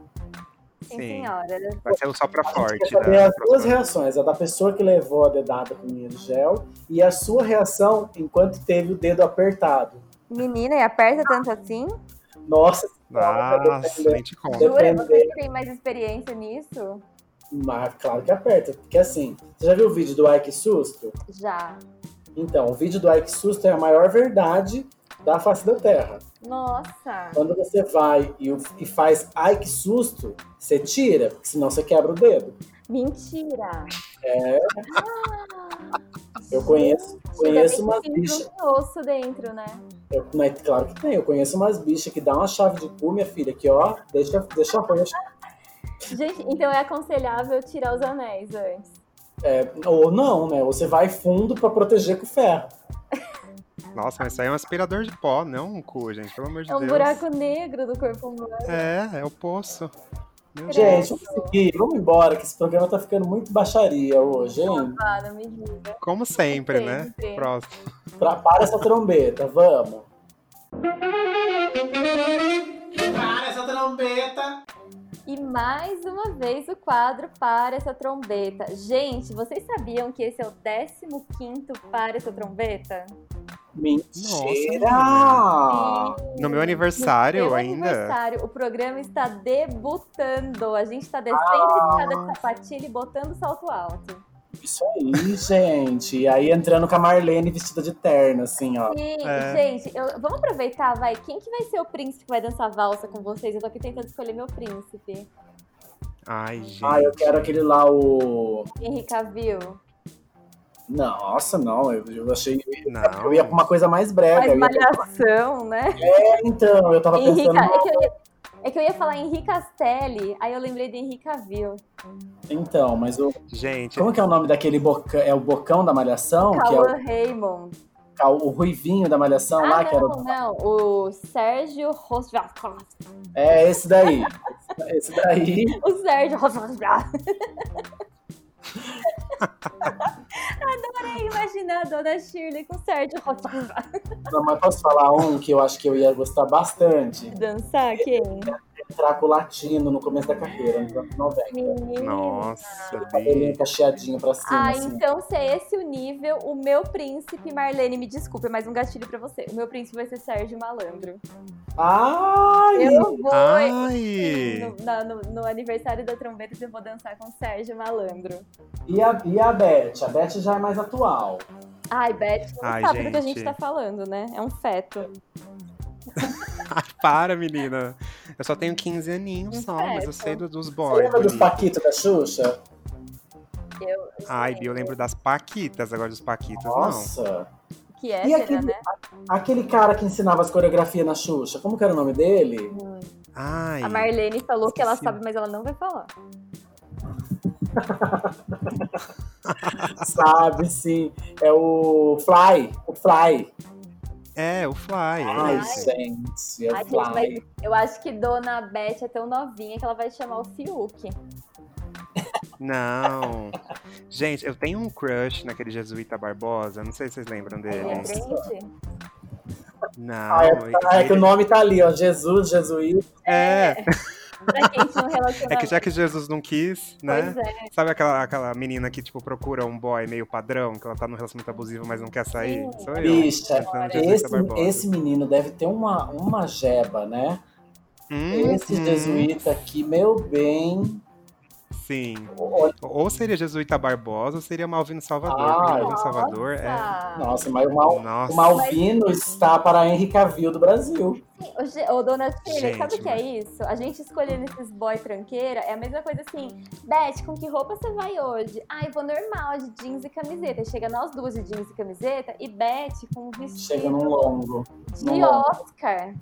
C: Sim,
D: Sim.
C: senhora.
D: Vai ser o só pra
B: A gente
D: forte.
B: quer saber
D: né?
B: as duas reações, a da pessoa que levou a dedada com o gel e a sua reação enquanto teve o dedo apertado.
C: Menina, e aperta tanto assim?
B: Nossa, tá senhora,
D: Nossa, nem te conto.
C: Jura?
B: Depende.
C: Vocês têm mais experiência nisso?
B: mas claro que aperta, porque assim, você já viu o vídeo do Ai Que Susto?
C: Já.
B: Então, o vídeo do Ai Que Susto é a maior verdade da face da Terra.
C: Nossa.
B: Quando você vai e, o- e faz Ai Que Susto, você tira, porque senão você quebra o dedo.
C: Mentira.
B: É, eu conheço, conheço umas bichas
C: um osso dentro, né?
B: Eu, mas claro que tem, eu conheço umas bichas que dá uma chave de cu, minha filha, que ó, deixa, deixa roxo.
C: Gente, então é aconselhável tirar os anéis antes.
B: É, ou não, né? Ou você vai fundo pra proteger com ferro.
D: Nossa, mas isso aí é um aspirador de pó, não um cu, gente. Pelo amor de
C: É um
D: Deus.
C: buraco negro do corpo humano.
D: É, é o poço. Meu
C: Credo.
D: Deus,
B: Gente, vamos seguir, vamos embora, que esse programa tá ficando muito baixaria hoje, hein?
C: Ah, não me diga.
D: como sempre, né?
C: Sempre.
D: Próximo.
B: Pra, para essa trombeta, vamos. Para essa trombeta!
C: E mais uma vez o quadro para essa trombeta. Gente, vocês sabiam que esse é o 15º para essa trombeta?
B: Mentira!
D: Ah, No meu
C: No
D: aniversário
C: seu
D: ainda.
C: aniversário, o programa está debutando. A gente está
D: Ah.
C: descendo a escada de sapatilha e botando salto alto.
B: Isso aí, gente. E aí entrando com a Marlene vestida de terno, assim, ó.
C: E,
D: É.
C: gente, eu- vamos aproveitar, vai. Quem que vai ser o príncipe que vai dançar valsa com vocês? Eu tô aqui tentando escolher meu príncipe.
D: Ai, gente.
B: Ah, eu quero aquele lá, o.
C: Henrique Cavill.
B: Nossa, não, eu, eu achei.
D: Não.
B: Eu ia pra uma coisa mais breve.
C: Faz
B: Eu ia,
C: malhação, né?
B: então, eu tava
C: Henrique,
B: pensando.
C: é, que eu ia, é que eu ia falar Henrique Castelli, aí eu lembrei de Henrique Cavill.
B: Então, mas o.
D: Gente,
B: Como que é o nome daquele bocão? É o bocão da malhação? Que é
C: Cauã
B: o,
C: Raymond.
B: ca- o ruivinho da malhação lá,
C: Ah,
B: que era.
C: não,
B: o-
C: não. O Sérgio Rosvascos.
B: É esse daí. esse daí.
C: O Sérgio Rosvascos. Adorei imaginar a Dona Shirley com o Sérgio Rosvascos.
B: Não, Então, mas posso falar um que eu acho que eu ia gostar bastante?
C: Dançar, quem?
B: Traco latino no começo da carreira, nos anos 90.
C: Menino.
D: nossa,
B: Cabelinho cacheadinho pra cima,
C: Ah,
B: assim.
C: então se é esse o nível, o meu príncipe, Marlene, me desculpe, mas um gastilho pra você. O meu príncipe vai ser Sérgio Malandro.
B: Ai!
C: Eu vou
D: Ai!
C: no, na- no- no aniversário da trombeta eu vou dançar com Sérgio Malandro.
B: E a, e a Beth? A Beth já é mais atual.
C: Ai, Beth, não
D: Ai,
C: sabe do que a
D: gente.
C: gente tá falando, né? É um feto.
D: Para, menina. Eu só tenho 15 aninhos só, mas
C: Certo.
D: eu sei do- dos
B: Você
D: boys.
B: lembra dos
D: bonito.
B: Paquito da Xuxa?
C: Eu,
D: Ai, Bi, eu lembro das Paquitas, agora dos Paquitas,
B: Nossa!
C: que é,
B: E
C: será,
B: aquele-
C: né?
B: Aquele cara que ensinava as coreografias na Xuxa, como que era o nome dele?
D: não. Ai.
C: A Marlene falou que ela
D: Esqueci.
C: sabe, mas ela não vai falar.
B: Sabe, sim. É o Fly. O Fly.
D: É, o Fly.
B: Ai,
D: É esse.
B: gente. É
C: Ai,
B: o
C: gente, mas
B: Fly.
C: eu acho que Dona Beth é tão novinha que ela vai chamar o Fiuk.
D: Não. Gente, eu tenho um crush naquele Jesuíta Barbosa. Não sei se vocês lembram dele.
C: Ele é
B: Nossa.
C: crente?
D: Não.
B: Ah, é, tá, é que o nome tá ali, ó. Jesus, Jesuíta.
D: é,
C: Pra quem tinha um
D: é
C: relacionamento.
D: que já que Jesus não quis, né?
C: Pois é,
D: Sabe aquela, aquela menina que, tipo, procura um boy meio padrão, que ela tá num relacionamento abusivo, mas não quer sair?
C: Sim.
D: Sou eu.
B: Bicha,
D: pensando no Jesuíta
B: é. Esse,
D: Barbosa.
B: esse menino deve ter uma, uma jeba, né?
D: Hum,
B: Esse
D: hum,
B: jesuíta aqui, meu bem.
D: Sim.
B: Olha,
D: Ou seria Jesuíta Barbosa, ou seria Malvino Salvador.
B: Ah,
D: porque Malvino
C: nossa.
D: Salvador é.
C: Ah.
B: Nossa, mas o, Mal,
D: Nossa.
B: o Malvino está para Henrique Cavill do Brasil.
C: Ô, Gê- Ô, dona Sheila,
D: Gente,
C: sabe o que é
D: mas-
C: isso? A gente escolhendo esses boy tranqueira é a mesma coisa assim. Beth, com que roupa você vai hoje? Ai, vou normal, de jeans e camiseta. Aí Chega nós duas de jeans e camiseta e Beth com um
B: Chega
C: vestido
B: num longo.
C: de
B: num longo.
C: Oscar.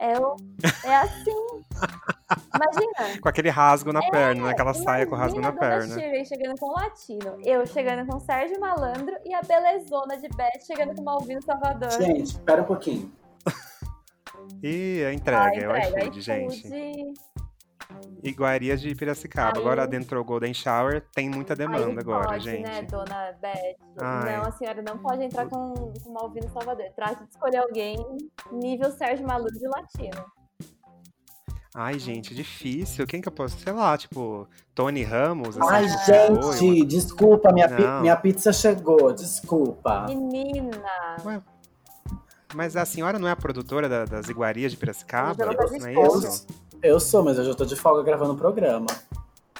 C: É, o- é assim. Imagina.
D: Com aquele rasgo na perna, né? Aquela
C: imagina
D: saia com rasgo na
C: a dona
D: perna.
C: Shirley chegando com o latino, eu chegando com o Sérgio Malandro e a belezona de Beth chegando com o Malvino Salvador.
B: Gente, espera um pouquinho.
D: E a
C: Ah,
D: entrega, é o
C: entrega,
D: iFood, gente.
C: iFood.
D: Iguarias de Piracicaba.
C: Aí-
D: Agora adentrou o Golden Shower, tem muita demanda
C: Aí
D: agora,
C: pode,
D: gente.
C: né, dona Beth?
D: Ai.
C: Não, a senhora não pode entrar com, com Malvino Salvador. Trate de escolher alguém nível Sérgio Malandro e latino.
D: Ai, gente, é difícil. Quem que eu posso? Sei lá, tipo, Tony Ramos. assim,
B: Ai,
D: que chegou e
B: gente, desculpa, minha, pi-
D: Não.
B: minha pizza chegou,
D: Ah.
B: desculpa.
C: Menina.
D: Mas a senhora não é a produtora da- das iguarias de Piracicaba?
C: Mas ela tá
D: Não é
B: Eu,
D: isso?
B: eu sou, mas hoje eu tô de folga gravando o programa.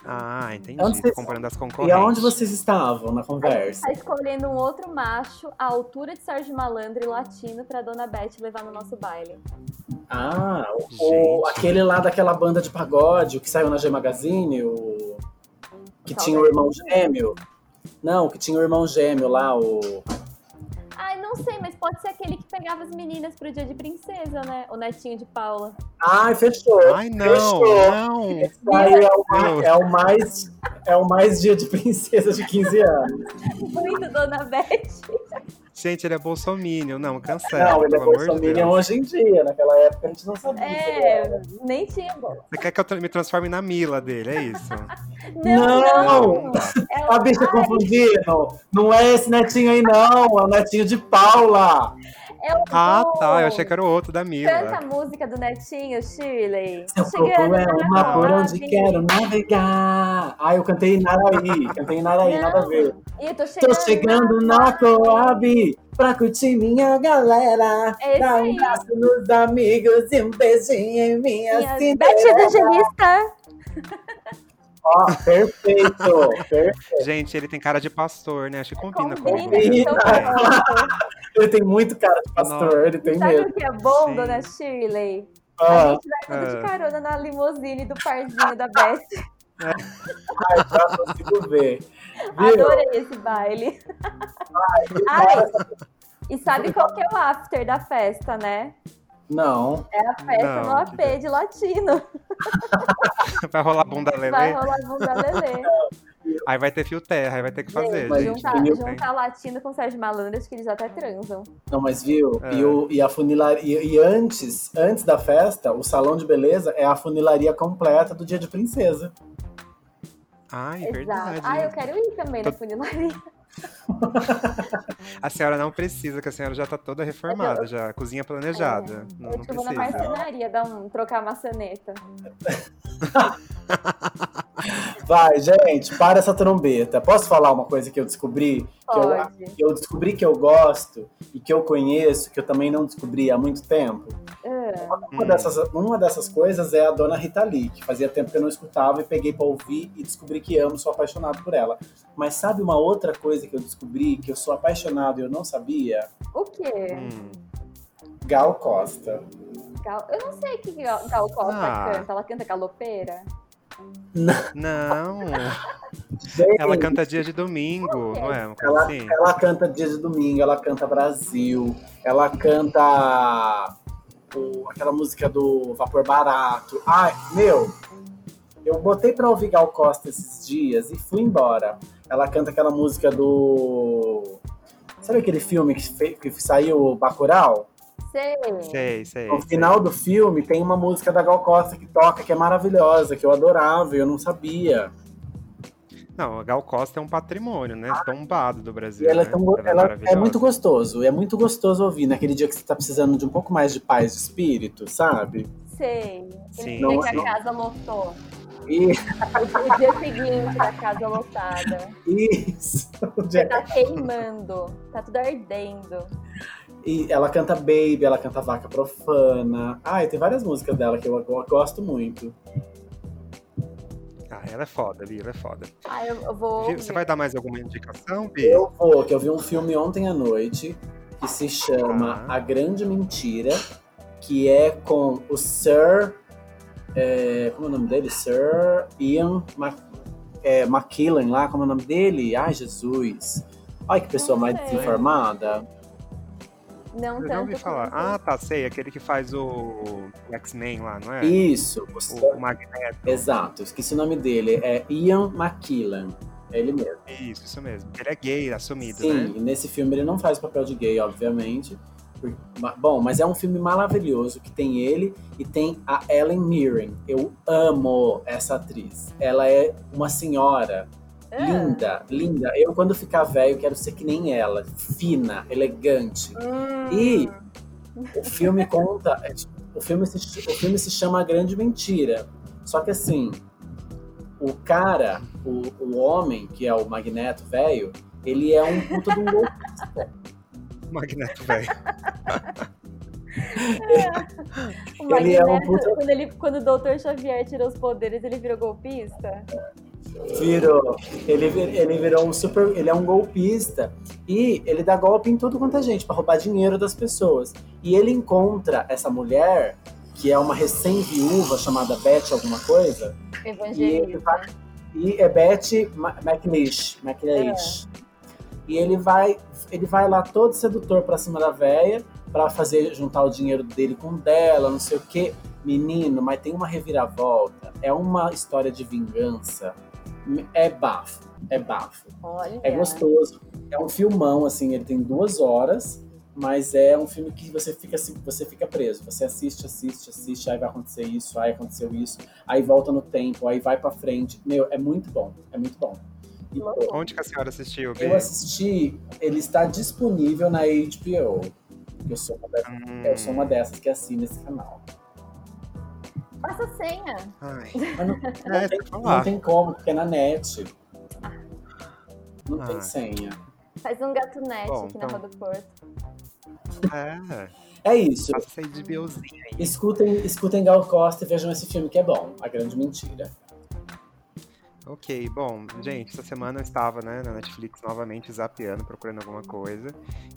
D: Ah, entendi.
B: Onde vocês-
D: Comparando as
B: E
D: concorrentes.
B: aonde vocês estavam na
C: A gente
B: conversa?
C: tá escolhendo um outro macho à altura de Sérgio Malandro e latino pra Dona Beth levar no nosso baile.
B: Ah, o, o-
D: Gente.
B: aquele lá daquela banda de pagode, o que saiu na G Magazine, o. Que
C: Talvez.
B: tinha o irmão gêmeo. Não, o que tinha o irmão gêmeo lá, o.
C: Ai, não sei, mas pode ser aquele que pegava as meninas pro dia de princesa, né? O netinho de Paula.
B: Ai, fechou.
D: Ai, não,
B: Fechou.
D: não.
B: Esse daí é o, ma- é o mais. É o mais dia de princesa de 15 anos.
C: Muito Dona Beth.
D: Gente, ele é bolsominion. Não, cancela,
B: Não, ele é
D: Tá, pelo amor de
B: bolsominion
D: Deus.
B: hoje em dia. Naquela época a gente não sabia. se ele
C: É,
B: era.
C: nem tinha bom.
D: Você quer que eu tra- me transforme na Mila dele, é isso?
B: Não!
C: É o-
B: A bicha
C: ai,
B: confundindo. Não é esse netinho aí, não. É o netinho de Paula.
C: é o
D: Ah,
C: bom.
D: tá. Eu achei que era o outro da
C: Canta
D: Mila.
C: a música do Netinho, Shirley.
B: Se eu procurar é uma por onde quero navegar. Ah, eu cantei em Naraí. Cantei em Naraí, nada a ver.
C: E tô chegando,
B: Tô chegando na Coab pra curtir minha galera.
C: É esse
B: Dá um
C: aí.
B: abraço nos amigos e um beijinho em minha
C: Minha
B: cidade.
C: Beth Evangelista.
B: Ó, perfeito. perfeito.
D: Gente, ele tem cara de pastor, né? Acho que combina,
C: Combina,
D: com o
B: então.
D: Mila.
B: Ele tem muito cara de pastor, ele tem
C: Sabe
B: mesmo.
C: o que é bom,
D: Sim.
C: dona Shirley? A
B: Ah,
C: gente vai tudo de
D: Ah.
C: carona na limusine do parzinho da Beth.
B: Ah, ai, já consigo ver. Viu?
C: Adorei esse baile. Ai, e sabe qual que é o after da festa, né?
B: Não.
C: É a festa
D: Não,
C: no AP de latino.
D: Vai rolar bunda
C: Vai
D: lelê.
C: rolar bunda lelê.
D: Aí vai ter fio terra, aí vai ter que fazer,
B: mas
D: gente.
C: juntar,
D: não tem.
C: juntar latino com Sérgio Malandro, acho que eles até transam.
B: Não, mas viu?
D: É.
B: E, o, e a funilaria. E, e antes, antes da festa, o salão de beleza é a funilaria completa do dia de princesa.
D: Ai, É verdade.
C: Exato. Ah, eu quero ir também na funilaria.
D: A senhora não precisa, que a senhora já tá toda reformada, já. Cozinha planejada.
C: eu
D: Não, não
C: acho É, que eu vou na
D: precisa.
C: marcenaria dar um, trocar a maçaneta.
B: Vai, gente, para essa trombeta. Posso falar uma coisa que eu descobri? Que eu,
C: Pode.
B: que eu descobri que eu gosto e que eu conheço, que eu também não descobri há muito tempo.
C: Ah,
B: Uma,
D: Hum.
B: dessas, uma dessas coisas é a dona Rita Lee, que fazia tempo que eu não escutava e peguei pra ouvir e descobri que amo, sou apaixonado por ela. Mas sabe uma outra coisa que eu descobri, que eu sou apaixonado e eu não sabia?
C: o quê?
D: Hum.
B: Gal Costa.
C: Gal- Eu não sei que Gal, Gal Costa
D: Ah.
C: canta. Ela canta galopeira?
D: Não, ela canta dia de domingo, não é? Uma coisa
B: Ela-
D: assim.
B: Ela canta Dia de Domingo, ela canta Brasil, ela canta o- aquela música do Vapor Barato. Ai, meu, eu botei pra ouvir Gal Costa esses dias e fui embora. Ela canta aquela música do. Sabe aquele filme que, fe- que saiu, o Bacurau?
C: Sei.
D: Sei, sei.
B: No final do filme tem uma música da Gal Costa que toca, que é maravilhosa, que eu adorava e eu não sabia.
D: Não, a Gal Costa é um patrimônio, né? Tombado do
B: E
D: Brasil.
B: ela é,
D: né?
B: tão go- ela é
D: maravilhosa.
B: muito gostoso, é muito gostoso ouvir naquele dia que você tá precisando de um pouco mais de paz de espírito, sabe?
C: Sei.
D: Sim,
C: Não, que
B: sim.
C: a casa lotou.
B: E
C: O dia seguinte da casa lotada.
B: isso. o
C: Você
B: dia-
C: tá queimando. Tá tudo ardendo.
B: E ela canta Baby, ela canta Vaca Profana. Ai, tem várias músicas dela que eu, eu gosto muito.
D: Ah, ela é foda, Bia, ela é foda.
C: Ah, eu, eu vou.
D: Viu?
C: ouvir.
D: Você vai dar mais alguma indicação, Bia?
B: Eu vou, que eu vi um filme ontem à noite que se chama
D: Ah.
B: A Grande Mentira, que é com o Sir. é, como é o nome dele? Sir Ian Mac, é, McKellen lá, como é o nome dele? Ai, Jesus. Ai, que pessoa
C: Não
B: mais
C: sei.
B: desinformada.
C: Não
D: Eu já
C: tanto.
D: ouvi falar.
C: quanto-
D: Ah, tá, sei, aquele que faz o, o X-Men lá, não é?
B: Isso, o
D: O,
B: Sir-
D: o Magneto.
B: Exato, esqueci o nome dele. É Ian McKellen. É ele mesmo.
D: Isso, isso mesmo. Ele é gay, assumido,
B: Sim,
D: né?
B: e nesse filme ele não faz o papel de gay, obviamente. Por- ma- Bom, mas é um filme maravilhoso que tem ele e tem a Ellen Mirren. Eu amo essa atriz. Ela é uma senhora
C: Ah,
B: linda, linda. Eu, quando ficar velho, quero ser que nem ela. Fina, elegante.
C: hum.
B: E o filme conta. é, tipo, O filme, se, o filme se chama A Grande Mentira. Só que assim, o cara, o, o homem, que é o Magneto velho, ele é um puta do louco.
D: Magneto, velho.
C: O
B: Ele
C: Magneto,
B: é um puta-
C: quando, ele, quando o Dr. Xavier tirou os poderes, ele virou golpista?
B: Virou. Ele, vir- ele virou um super. Ele é um golpista. E ele dá golpe em tudo quanto é gente, pra roubar dinheiro das pessoas. E ele encontra essa mulher, que é uma recém-viúva chamada Beth alguma coisa. E ele
C: Evangelista.
B: vai- E é Beth Ma- McNish. McNish. E ele vai, ele vai lá todo sedutor pra cima da véia pra fazer juntar o dinheiro dele com o dela, não sei o quê. Menino, mas tem uma reviravolta. É uma história de vingança. É bafo, é bafo.
C: Olha.
B: É gostoso. É um filmão, assim, ele tem duas horas, mas é um filme que você fica assim, você fica preso. Você assiste, assiste, assiste, aí vai acontecer isso, aí aconteceu isso, aí volta no tempo, aí vai pra frente. Meu, é muito bom, é muito bom. E, pô,
C: Louco.
D: Onde que a senhora assistiu, Bi?
B: eu assisti, ele está disponível na HBO. Eu sou uma dessas,
D: Hum.
B: eu sou uma dessas que assina esse canal.
C: Faça a senha.
D: Ai.
B: Mas não, não,
D: É,
B: tem,
D: tem que falar.
B: não tem como, porque é na net. Não
D: Ah.
B: tem senha.
C: Faz um gatunete
D: Bom,
C: aqui na
D: então.
C: Rua do Porto.
D: É,
B: É isso.
D: passa aí de biozinho.
B: Escutem, escutem Gal Costa e vejam esse filme que é bom, A Grande Mentira.
D: Ok, bom, gente, essa semana eu estava né, na Netflix novamente zapeando, procurando alguma coisa.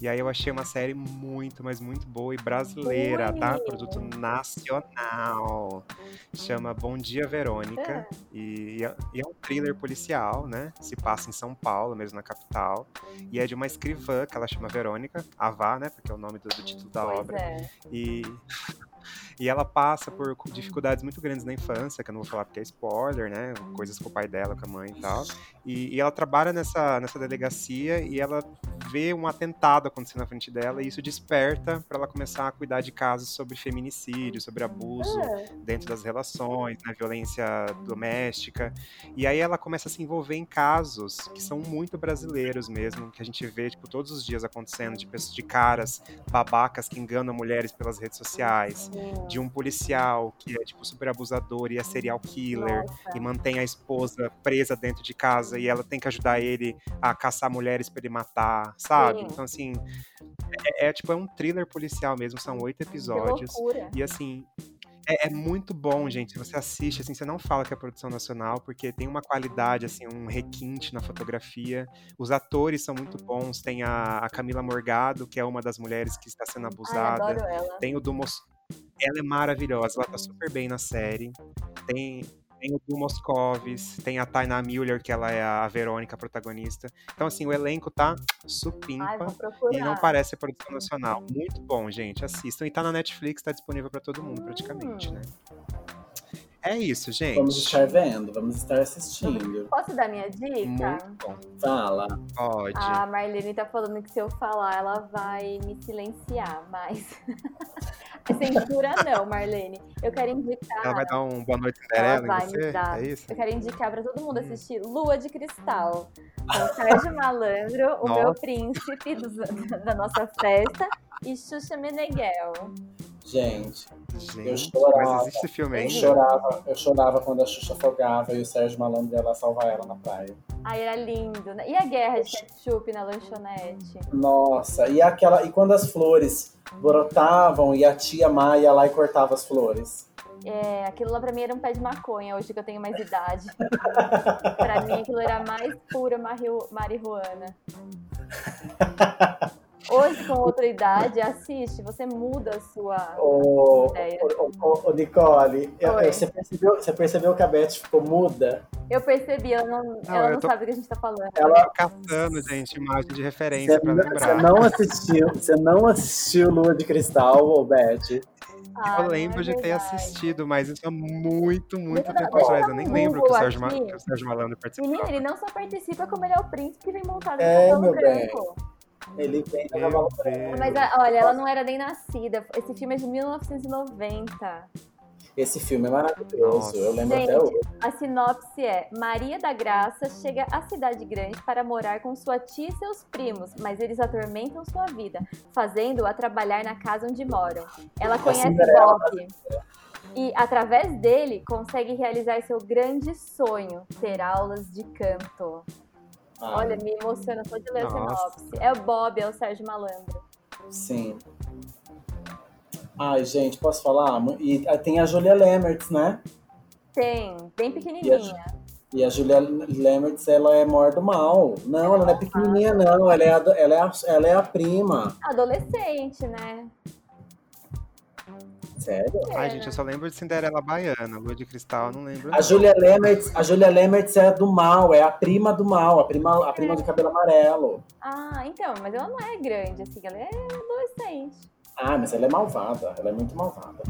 D: E aí eu achei uma série muito, mas muito boa e brasileira, tá?
C: Ui.
D: Produto nacional. Chama Bom Dia Verônica. E, é- e é um thriller policial, né? Se passa em São Paulo, mesmo na capital. E é de uma escrivã que ela chama Verônica, Avá, né? Porque é o nome do, do título da
C: pois
D: obra.
C: é.
D: E, e ela passa por dificuldades muito grandes na infância, que eu não vou falar porque é spoiler, né? Coisas com o pai dela, com a mãe e tal. E, e ela trabalha nessa, nessa delegacia e ela vê um atentado acontecendo na frente dela e isso desperta para ela começar a cuidar de casos sobre feminicídio, sobre abuso
C: Ah,
D: dentro das relações, na violência
C: Uhum.
D: doméstica. E aí ela começa a se envolver em casos que são muito brasileiros mesmo, que a gente vê tipo, todos os dias acontecendo, de pessoas de caras babacas que enganam mulheres pelas redes sociais,
C: hum,
D: de um policial que é tipo super abusador e é serial killer.
C: nossa.
D: E mantém a esposa presa dentro de casa e ela tem que ajudar ele a caçar mulheres para ele matar, sabe?
C: Sim.
D: Então, assim, é, é tipo é um thriller policial mesmo, são oito
C: Que
D: episódios.
C: loucura.
D: E assim, é, é muito bom, gente. Você assiste, assim, você não fala que é produção nacional, porque tem uma qualidade, assim, um requinte na fotografia. Os atores são muito bons. Tem a, a Camila Morgado, que é uma das mulheres que está sendo
C: Ai,
D: abusada.
C: adoro ela.
D: Tem o do Mos... Ela é maravilhosa, ela tá super bem na série. Tem, tem o do Moscovis, tem a Taina Miller, que ela é a Verônica, a protagonista. Então, assim, o elenco tá
C: Ai,
D: supimpa.
C: vou procurar.
D: E não parece ser
C: Uhum.
D: produção nacional. Muito bom, gente. Assistam. E tá na Netflix, tá disponível pra todo mundo, praticamente,
C: Hum.
D: né? É isso, gente.
B: Vamos estar vendo, vamos estar assistindo.
C: Posso dar minha dica?
D: Muito bom.
B: Fala.
D: Pode.
C: A Marlene tá falando que se eu falar, ela vai me silenciar, mas. Censura não, Marlene. Eu quero indicar.
D: Ela vai dar um boa noite
C: Ela
D: Cinderela
C: vai me
D: em você?
C: dar.
D: É isso?
C: Eu quero indicar pra todo mundo assistir Lua de Cristal. Com Sérgio Malandro, o meu
D: Nossa.
C: príncipe dos- da nossa festa, e Xuxa Meneghel.
B: Gente, Eu
D: Gente,
B: chorava.
D: mas existe esse filme
B: eu
C: Sim.
D: ainda?
B: chorava, eu chorava quando a Xuxa afogava e o Sérgio Malandro ia lá salvar ela na praia.
C: Ai, era lindo. né? E a guerra de ketchup na lanchonete?
B: Nossa, e aquela. E quando as flores brotavam e a tia Maia lá e cortava as flores.
C: É, aquilo lá pra mim era um pé de maconha, hoje que eu tenho mais idade. pra mim aquilo era a mais pura marihu- marihuana. Hoje, com outra idade, assiste, você muda a sua.
B: Ô,
C: Ideia.
B: ô, ô, ô, Nicole, eu-
C: Oi.
B: eu- você, percebeu, você percebeu que a Beth ficou muda?
C: Eu percebi, ela não, ela
D: eu
C: não
D: tô-
C: sabe do que a gente tá falando.
B: Ela,
D: Caçando, gente, imagem de referência
B: Você
D: pra
B: não- você
D: lembrar.
B: não assistiu, você não assistiu Lua de Cristal, ô Beth.
C: Ah, não
D: Eu lembro
C: é
D: de ter
C: verdade.
D: assistido, mas isso é muito, muito
C: Deixa eu
D: tempo
C: dar-
D: atrás.
C: deixa eu
D: Eu nem
C: dar um
D: lembro que o
C: Google
D: Sérgio, Ma-
C: aqui.
D: que o Sérgio Malandro participou.
C: Menino, ele não só participa, como ele é o príncipe que vem montado no
B: É,
C: cavalo
B: meu bem.
C: branco.
B: Ele vem na
D: Meu
B: Nova
D: Deus.
C: Mas a- olha, ela não era nem nascida. Esse filme é de 1990.
B: Esse filme é maravilhoso,
D: Nossa.
B: eu lembro
C: Gente,
B: até hoje.
C: A sinopse é: Maria da Graça chega à cidade grande para morar com sua tia e seus primos, mas eles atormentam sua vida, fazendo-a trabalhar na casa onde moram. Ela conhece
B: Cinderela.
C: Bob e, através dele, consegue realizar seu grande sonho: ter aulas de canto.
B: Ah,
C: Olha, me emociona só de ler a
D: Nossa.
C: sinopse. É o Bob, é o Sérgio Malandro.
B: Sim. Ai, gente, posso falar? E ah, tem a Julia Lemertz, né?
C: Tem, bem pequenininha.
B: E a Julia Lemertz, ela é maior do mal. Não, ela não é pequenininha, não. Ela é a, do- ela é a, ela é a prima.
C: Adolescente, né?
B: Sério?
D: Ai, gente, eu só lembro de Cinderela Baiana, Lua de Cristal, eu não lembro.
B: A Julia Lemertz, a Julia Lemertz é do mal, é a prima do mal, a prima, a prima de cabelo amarelo.
C: Ah, então, mas ela não é grande, assim, ela é adolescente.
B: Ah, mas ela é malvada, ela é muito malvada.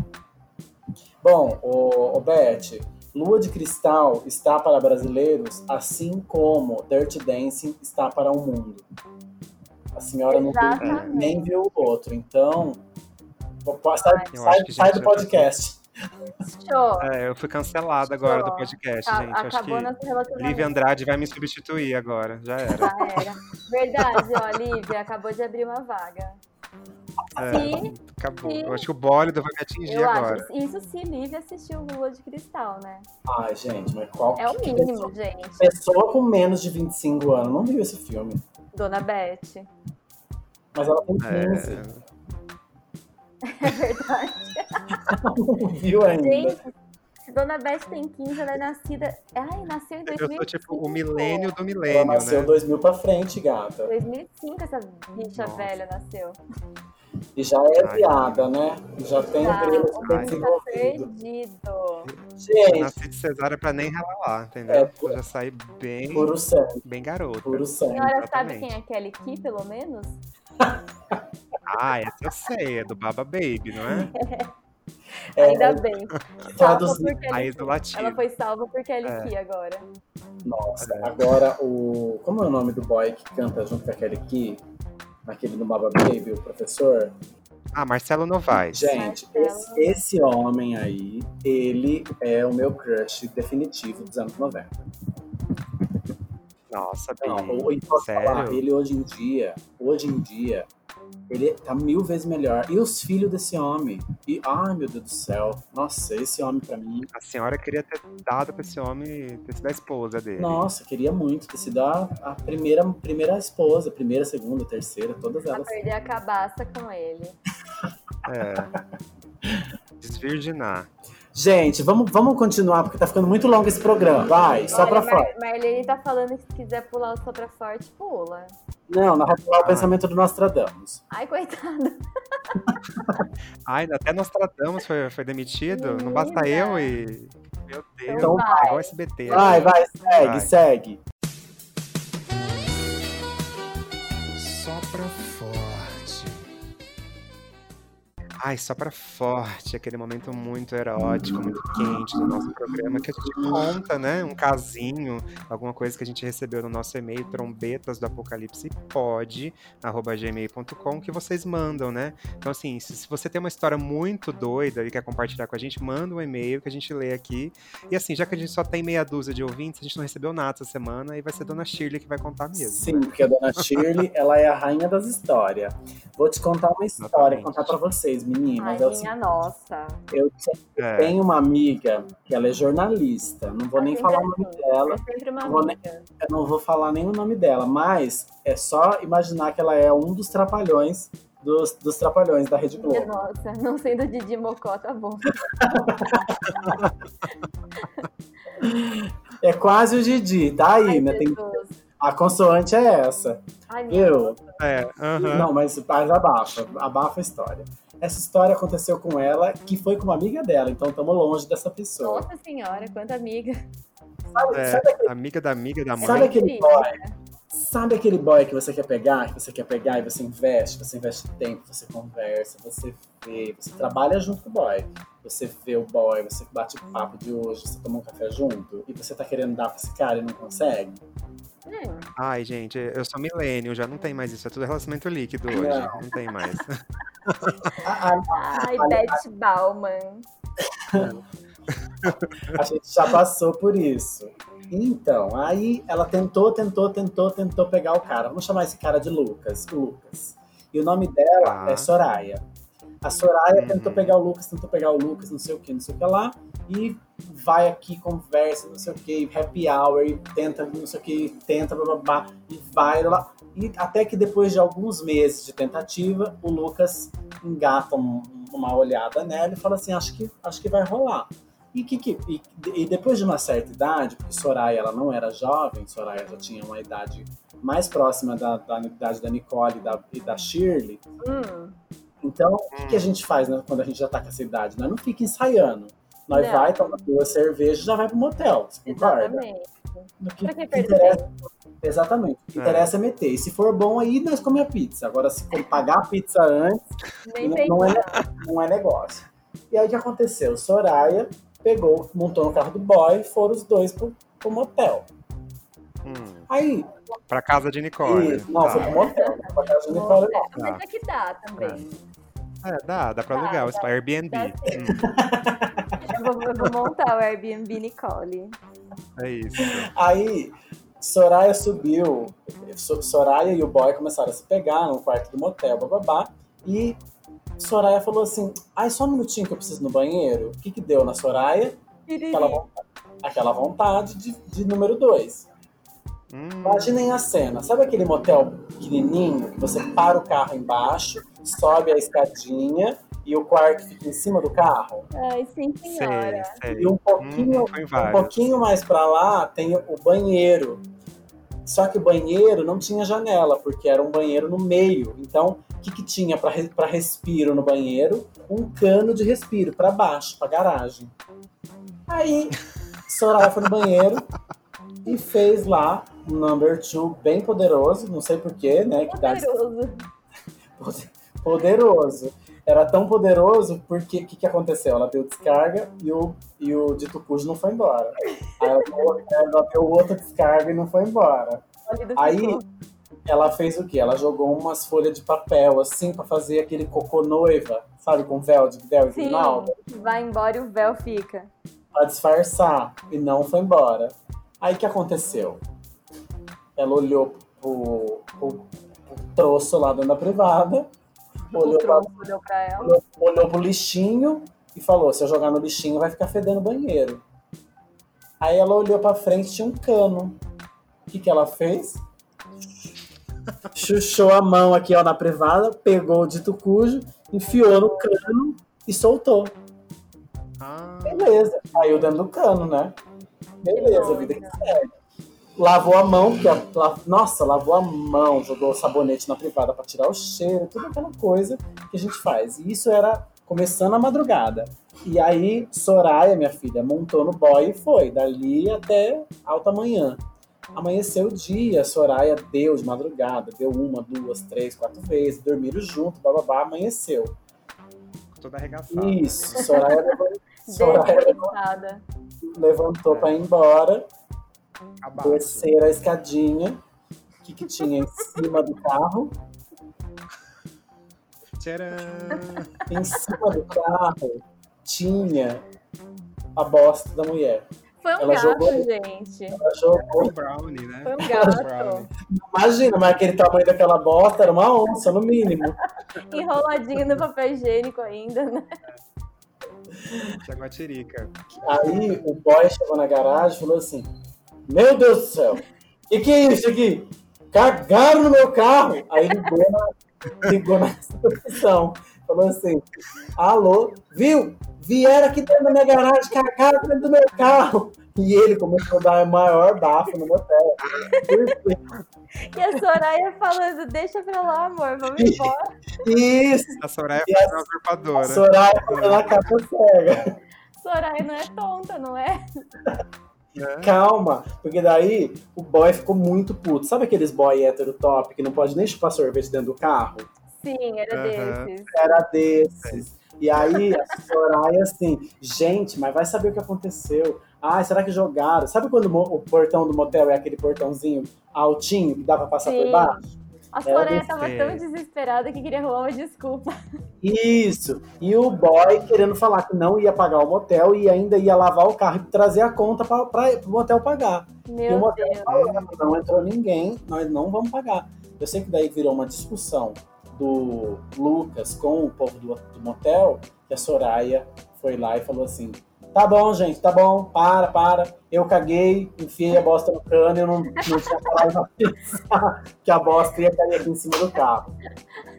B: Bom, o, o Beth, Lua de Cristal está para brasileiros, assim como Dirty Dancing está para o mundo. A senhora não viu
C: Exatamente.
B: um, nem viu o outro, então pô, pô, sai,
D: Eu
B: sai-
D: acho que,
B: sai
D: gente, tá
B: do
D: eu-
B: podcast.
C: Show.
D: É, eu fui cancelada agora do podcast,
C: A-
D: gente. Acho
C: acabou
D: que
C: nosso relacionamento.
D: Lívia Andrade vai me substituir agora, já era.
C: Já era. Verdade, ó, Lívia, acabou de abrir uma vaga.
D: É,
C: Sim.
D: acabou.
C: Sim.
D: Eu acho que o bólido vai me atingir
C: Eu
D: agora.
C: acho. Isso se Lívia assistiu Lua de Cristal, né?
B: Ai, gente, mas qual
C: É o
B: que
C: mínimo,
B: pessoa-
C: gente.
B: Pessoa com menos de 25 anos não viu esse filme,
C: Dona Beth.
B: mas ela tem 15,
D: É,
C: É verdade.
B: não viu ainda.
C: Gente, Dona Beth tem 15, ela é nascida. Ai, nasceu em
D: eu
C: 2005.
D: sou tipo o milênio do
B: Ela
D: milênio,
B: nasceu
D: né?
B: 2000 pra frente, gata.
C: 2005 essa bicha
D: Nossa.
C: velha nasceu.
B: E já é
D: Ai,
B: viada, né? E já tem
C: Tá,
B: brilho
C: o
D: Ai.
B: super
C: bicho tá
B: desenvolvido.
C: perdido.
D: Eu
B: Gente,
D: nasci de cesárea pra nem ralar, entendeu?
B: É. um
D: Eu já saí bem,
B: puro sangue,
D: bem garoto.
B: puro
C: A
B: sangue.
C: senhora sabe
D: Exatamente.
C: quem é Kelly Key, pelo menos?
D: Ah, essa eu sei, é do Baba Baby, não é?
B: É,
C: Ainda bem. Salva
B: traduzir.
C: por Kelly
D: Raiz do latido.
C: É, Ela foi salva por Kelly
D: É.
C: Key agora.
B: Nossa, agora o. Como é o nome do boy que canta junto com aquele aqui? Aquele do Baba Baby, o professor?
D: Ah, Marcelo Novaes.
B: Gente,
C: Marcelo.
B: esse, esse homem aí, ele é o meu crush definitivo dos anos 90.
D: Nossa, Bi.
B: Não, o- e posso
D: sério?
B: falar, ele hoje em dia, hoje em dia, ele tá mil vezes melhor. E os filhos desse homem? E, ai meu Deus do céu, nossa, esse homem pra mim,
D: A senhora queria ter dado pra esse homem, ter sido a esposa dele.
B: nossa, queria muito ter sido a, a primeira, primeira esposa, primeira, segunda, terceira, todas
C: Pra
B: elas.
C: perder a cabaça com ele.
D: É. Desvirginar.
B: Gente, vamos, vamos continuar, porque tá ficando muito longo esse programa. Vai, só pra
C: Olha,
B: fora.
C: Mar Marlene tá falando que se quiser pular o só pra forte, pula.
B: Não, na verdade, é o
D: Ah.
B: pensamento do Nostradamus.
C: Ai, coitada.
D: Ai, até Nostradamus foi, foi demitido. Não basta
C: Menina.
D: eu e. Meu Deus,
B: Então
D: é
C: vai.
D: igual SBT.
B: Vai, vai, segue,
D: Vai.
B: segue.
D: Só pra forte. Ai, só pra forte, aquele momento muito erótico, muito quente do nosso programa, que a gente conta, né? Um casinho, alguma coisa que a gente recebeu no nosso e-mail, trombetas do apocalipse pode, arroba gmail.com, que vocês mandam, né? Então, assim, se, se você tem uma história muito doida e quer compartilhar com a gente, manda um e-mail que a gente lê aqui. E assim, já que a gente só tem meia dúzia de ouvintes, a gente não recebeu nada essa semana e vai ser Dona Shirley que vai contar mesmo. né?
B: Sim, porque a dona Shirley, ela é a rainha das histórias. Vou te contar uma história,
D: Exatamente.
B: contar pra vocês, meninas.
C: Ai,
B: É o
C: minha nossa.
B: seguinte, eu te-
D: É.
B: tenho uma amiga que ela é jornalista. Não vou
C: Ela
B: nem
C: sempre
B: falar
C: é
B: o nome
C: assim.
B: dela,
C: É sempre uma
B: Vou nem-
C: amiga.
B: eu não vou falar nem o nome dela, mas é só imaginar que ela é um dos trapalhões dos, dos trapalhões da Rede
C: Minha
B: Globo.
C: nossa, não sendo Didi Mocó, tá bom.
B: É quase o Didi, tá aí,
C: Ai,
B: né? Tem-
C: Jesus.
B: a consoante é essa.
C: Ai, minha
B: Eu,
D: É, aham.
B: não, mas, mas abafa, abafa a história. Essa história aconteceu com ela, que foi com uma amiga dela, então estamos longe dessa pessoa.
C: nossa senhora, quanta amiga.
B: Sabe,
D: É,
B: sabe aquele,
D: amiga da amiga da mãe.
B: sabe aquele
C: Incrível.
B: boy? Sabe aquele boy que você quer pegar, que você quer pegar e você investe, você investe tempo, você conversa, você vê, você trabalha junto com o boy. Você vê o boy, você bate papo de hoje, você toma um café junto, e você tá querendo dar pra esse cara e não consegue.
C: Hum,
D: Ai, gente, eu sou milênio, já não tem mais isso. É tudo relacionamento líquido
B: É.
D: hoje.
B: Não.
D: Não tem mais.
B: A- a-
C: Ai, Beth Bauman.
B: A gente já passou por isso. Então, aí ela tentou, tentou, tentou, tentou pegar o cara. Vamos chamar esse cara de Lucas, o Lucas. E o nome dela
D: Tá.
B: é Soraya. A Soraya
D: Uhum.
B: tentou pegar o Lucas, tentou pegar o Lucas, não sei o que, não sei o que lá. E vai aqui, conversa, não sei o que, happy hour, e tenta, não sei o que, tenta, bababá, e vai lá. E até que depois de alguns meses de tentativa, o Lucas engata um- uma olhada nela e fala assim: acho que, acho que vai rolar. E, que, que- e, e depois de uma certa idade, porque Soraya ela não era jovem, Soraya já tinha uma idade mais próxima da, da idade da Nicole e da, e da Shirley.
C: Hum,
B: Então, o que, que a gente faz né, quando a gente já tá com essa idade? Nós não fica ensaiando. Nós
C: Não.
B: vai, toma duas cervejas e já vai pro motel. Você concorda?
C: exatamente.
B: né? No que,
C: Pra que
B: que
C: perder
B: interessa,
C: tempo?
B: exatamente. O que
D: É.
B: interessa é meter. E se for bom aí, nós comemos a pizza. Agora, se for pagar a pizza antes
C: Nem
B: Não-
C: tem
B: não é- não é negócio. E aí o que aconteceu? Soraya pegou, montou no carro do boy, foram os dois pro, pro motel.
D: Hum,
B: Aí,
D: pra casa de Nicole.
B: e- não,
D: tá.
B: foi pro motel, né? Pra casa de Nicole, não.
C: Mas é que dá também.
D: É, dá, dá pra
C: Dá,
D: alugar, o
C: dá-
D: Spy Airbnb.
C: dá
D: Hum,
B: É.
C: Eu vou, eu vou montar o Airbnb Nicole.
D: é isso.
B: Aí, Soraya subiu. So- Soraya e o boy começaram a se pegar no quarto do motel, bababá. E Soraya falou assim: ai, só um minutinho que eu preciso ir no banheiro. O que, que deu na Soraya? Aquela vontade, aquela vontade de, de número dois.
D: Hum,
B: Imaginem a cena. Sabe aquele motel pequenininho que você para o carro embaixo, sobe a escadinha e o quarto fica em cima do carro?
C: Ai, sim, senhora.
D: sei, sei.
B: E um pouquinho,
D: Hum, foi
B: um
D: vários.
B: pouquinho mais para lá tem o banheiro. Só que o banheiro não tinha janela, porque era um banheiro no meio. Então, o que, que tinha para respiro no banheiro? Um cano de respiro para baixo, para garagem. Aí, Soraya foi no banheiro e fez lá um number two bem poderoso, não sei porquê, né? Que dá
C: Poderoso.
B: poderoso. Era tão poderoso porque o que, que aconteceu? Ela deu descarga e o, e o dito cujo não foi embora. Aí ela, deu- ela deu outra descarga e não foi embora.
C: Olha do
B: Aí
C: ficou.
B: ela fez o quê? Ela jogou umas folhas de papel assim pra fazer aquele cocô noiva, sabe? Com véu de véu e
C: Sim,
B: guinalda.
C: vai embora e o véu fica.
B: pra disfarçar e não foi embora. Aí o que aconteceu? Ela olhou pro, pro, pro troço lá dentro da privada,
C: O
B: olhou, pra,
C: tronco deu pra ela.
B: olhou, olhou pro lixinho e falou: se eu jogar no lixinho vai ficar fedendo o banheiro. Aí ela olhou pra frente tinha um cano. O que, que ela fez? Chuchou a mão aqui ó, na privada, pegou o dito cujo, enfiou no cano e soltou.
D: Ah,
B: Beleza, caiu dentro do cano, né? Beleza,
C: Nossa.
B: vida que segue. Lavou a mão, que a, la- nossa, lavou a mão, jogou o sabonete na privada pra tirar o cheiro, tudo aquela coisa que a gente faz. E isso era começando a madrugada. E aí, Soraya, minha filha, montou no boy e foi, dali até alta manhã. Amanheceu o dia, Soraya deu de madrugada, deu uma, duas, três, quatro vezes, dormiram junto, bababá, amanheceu.
D: toda arregaçada.
B: Isso, Soraya, levou- Soraya
C: Desconectada.
B: levantou pra ir embora,
D: Abaixo.
B: descer a escadinha que, que tinha em cima do carro.
D: Tcharam.
B: Em cima do carro tinha a bosta da mulher.
C: Foi um
B: Ela
C: gato,
B: jogou-
C: gente.
B: Ela jogou.
D: O brownie, né?
C: Foi um
D: O
C: gato.
D: brownie.
B: Imagina, mas aquele tamanho daquela bosta era uma onça, no mínimo.
C: Enroladinho no papel higiênico ainda, né?
D: Jaguatirica.
B: Aí o boy chegou na garagem e falou assim: Meu Deus do céu, o que, que é isso aqui? Cagaram no meu carro! Aí ligou na, ligou na instituição. Falou assim: Alô, viu? Vieram aqui dentro da minha garagem, cagaram dentro do meu carro. E ele começou a dar o maior bafo no motel. Por quê?
C: E a Soraya falando, deixa pra lá, amor, vamos embora.
B: Isso,
D: A Soraya
B: E
D: foi
B: a-
D: uma
B: a
D: usurpadora.
B: Soraya foi na capa cega.
C: Soraya não é tonta, não é?
D: né?
B: Calma, porque daí o boy ficou muito puto. Sabe aqueles boy hétero top que não pode nem chupar sorvete dentro do carro?
C: Sim, era
D: Aham.
C: desses.
B: era desses. E aí, a Soraya assim, gente, mas vai saber o que aconteceu. Ah, será que jogaram? Sabe quando o mo- o portão do motel é aquele portãozinho altinho que dá pra passar
C: Sim.
B: por baixo?
C: A Soraya estava tão desesperada que queria arrumar uma desculpa.
B: Isso. E o boy querendo falar que não ia pagar o motel e ainda ia lavar o carro e trazer a conta para o motel pagar. e o
C: Meu
B: motel
C: Deus.
B: falando, Ah, não entrou ninguém, nós não vamos pagar. Eu sei que daí virou uma discussão do Lucas com o povo do, do motel, que a Soraya foi lá e falou assim: tá bom, gente, tá bom, para, para. Eu caguei, enfiei a bosta no cano, eu não, não tinha parado pra pensar que a bosta ia cair aqui em cima do carro.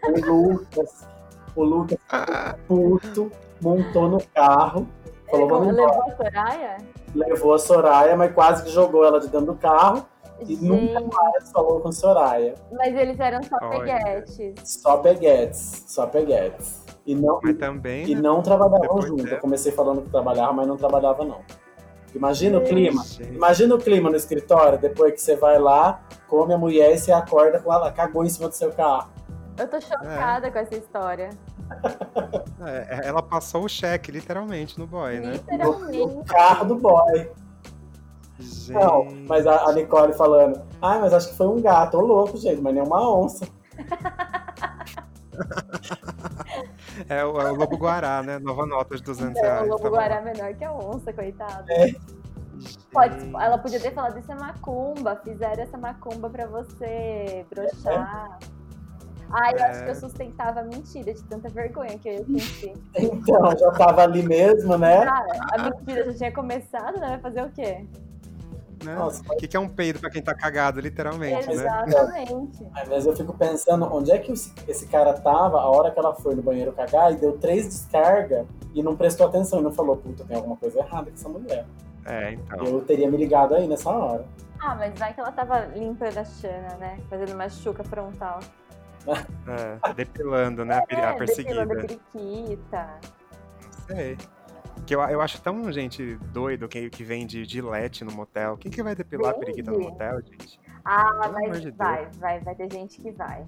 B: O Lucas, o Lucas
D: Ah,
B: puto, montou no carro, falou,
C: Ele
B: vamos embora.
C: levou a Soraya?
B: Levou a Soraya, mas quase que jogou ela de dentro do carro. E nunca
C: Gente,
B: mais falou com Soraya.
C: mas eles eram só
D: Olha.
C: peguetes.
B: Só peguetes, só peguetes. E não,
D: mas também.
B: e
D: né?
B: não trabalhavam
D: Depois é.
B: junto.
D: dela.
B: Eu comecei falando que trabalhava, mas não trabalhava, não. Imagina o clima.
D: Gente.
B: Imagina o clima no escritório, depois que você vai lá, come a mulher e você acorda com ela, cagou em cima do seu carro.
C: Eu tô chocada com essa história.
D: É, ela passou o cheque, literalmente, no boy, né?
B: No
C: Literalmente.
B: carro do boy.
D: Gente.
B: Não, mas a, a Nicole falando, ai, mas acho que foi um gato. Ô louco, gente, mas nem uma onça.
D: É o, é o Lobo Guará, né? Nova nota de 200
C: Não,
D: reais.
C: o
D: tá
C: lobo
D: bom.
C: guará é menor que a onça, coitada.
D: Gente.
C: Pode- ela podia ter falado isso é macumba, fizeram essa macumba pra você broxar. Ai, eu acho
D: É.
C: que eu sustentava a mentira de tanta vergonha que eu ia sentir.
B: Então, já tava ali mesmo, né?
C: Ah, a mentira já tinha começado, né? Vai fazer o quê?
D: Né?
B: Nossa,
D: O que, que é um peido pra quem tá cagado, literalmente, né?
C: Exatamente.
B: Às vezes eu fico pensando onde é que esse esse cara tava a hora que ela foi no banheiro cagar e deu três descargas e não prestou atenção e não falou, puta, tem alguma coisa errada com essa mulher.
D: É, então.
B: Eu teria me ligado aí nessa hora.
C: Ah, mas vai que ela tava limpando a Xana, né? Fazendo uma chuca frontal.
D: É, depilando, né? A, peri- a
C: É,
D: perseguida.
C: depilando a periquita.
D: Sei. Que eu, eu acho tão, gente, doido que, que vende gilete no motel. Quem que vai depilar a periquita no
C: Vende?
D: motel, gente?
C: Ah,
D: Pelo amor
C: mas
D: de Deus.
C: vai, vai, vai ter gente que vai.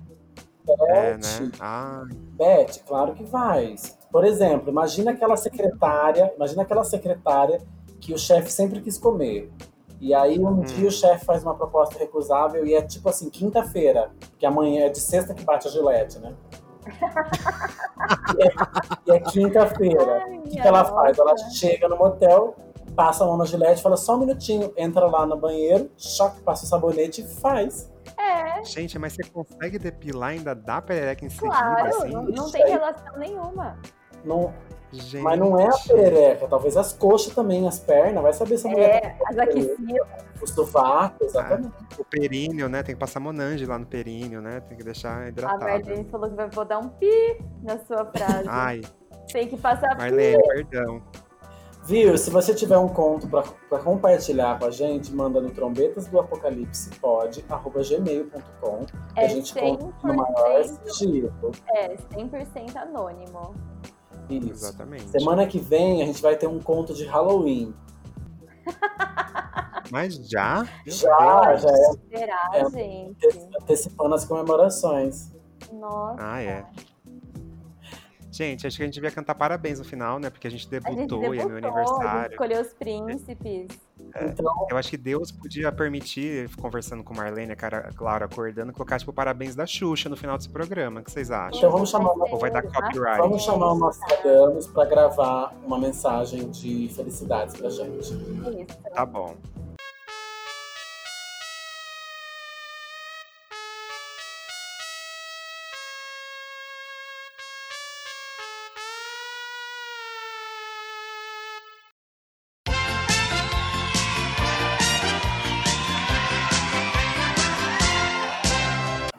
D: É, né? Ah,
B: Beth, claro que vai. Por exemplo, imagina aquela secretária, imagina aquela secretária que o chefe sempre quis comer. E aí um
D: Hum.
B: dia o chefe faz uma proposta recusável e é tipo assim, quinta-feira, que amanhã é de sexta que bate a gilete, né? e é, e é quinta-feira.
C: Ai,
B: O que, que ela
C: nossa.
B: faz? Ela chega no motel, passa a mão na gilete, fala só um minutinho, entra lá no banheiro, choque, passa o sabonete e faz.
C: É,
D: gente, mas você consegue depilar e ainda dar perereca em seguida,
C: claro,
D: assim?
C: não,
B: isso
C: não tem
B: aí.
C: relação nenhuma.
B: Não,
D: Gente.
B: Mas não é a perereca, talvez as coxas também, as pernas, vai saber se a mulher
C: É, as axilas.
B: tá com o sovaco, exatamente.
D: O períneo, né? Tem que passar monange lá no períneo, né? Tem que deixar
C: A
D: hidratado.
C: Marlene falou que vai vou dar um pi na sua frase.
D: Ai,
C: Tem que passar pi.
D: Marlene, perdão.
B: Viu? Se você tiver um conto pra, pra compartilhar com a gente, manda no trombetas do apocalipse pode, arroba gmail.com, que a
C: É
B: gente conta no
C: 100%.
B: maior tá? estilo.
C: É, 100% anônimo.
B: Isso.
D: Exatamente.
B: Semana que vem a gente vai ter um conto de Halloween.
D: Mas já? Meu
B: Já,
D: Deus.
B: já é
C: Será,
B: É.
C: gente?
B: antecipando as comemorações.
C: Nossa.
D: Ah, é. Gente, acho que a gente devia cantar parabéns no final, né? Porque a gente
C: A
D: debutou,
C: gente
D: e é
C: debutou, a
D: meu
C: gente
D: aniversário.
C: escolheu os príncipes.
B: Então,
D: Eu acho que Deus podia permitir, conversando com Marlene, a cara, claro, acordando, colocar, tipo, parabéns da Xuxa no final desse programa. O que vocês acham?
B: Então vamos chamar uma-
D: Ou vai dar
C: né? tá,
D: copyright?
B: vamos
C: então
B: chamar o Nostradamus pra gravar uma mensagem de felicidades pra gente.
C: Isso.
D: Tá bom.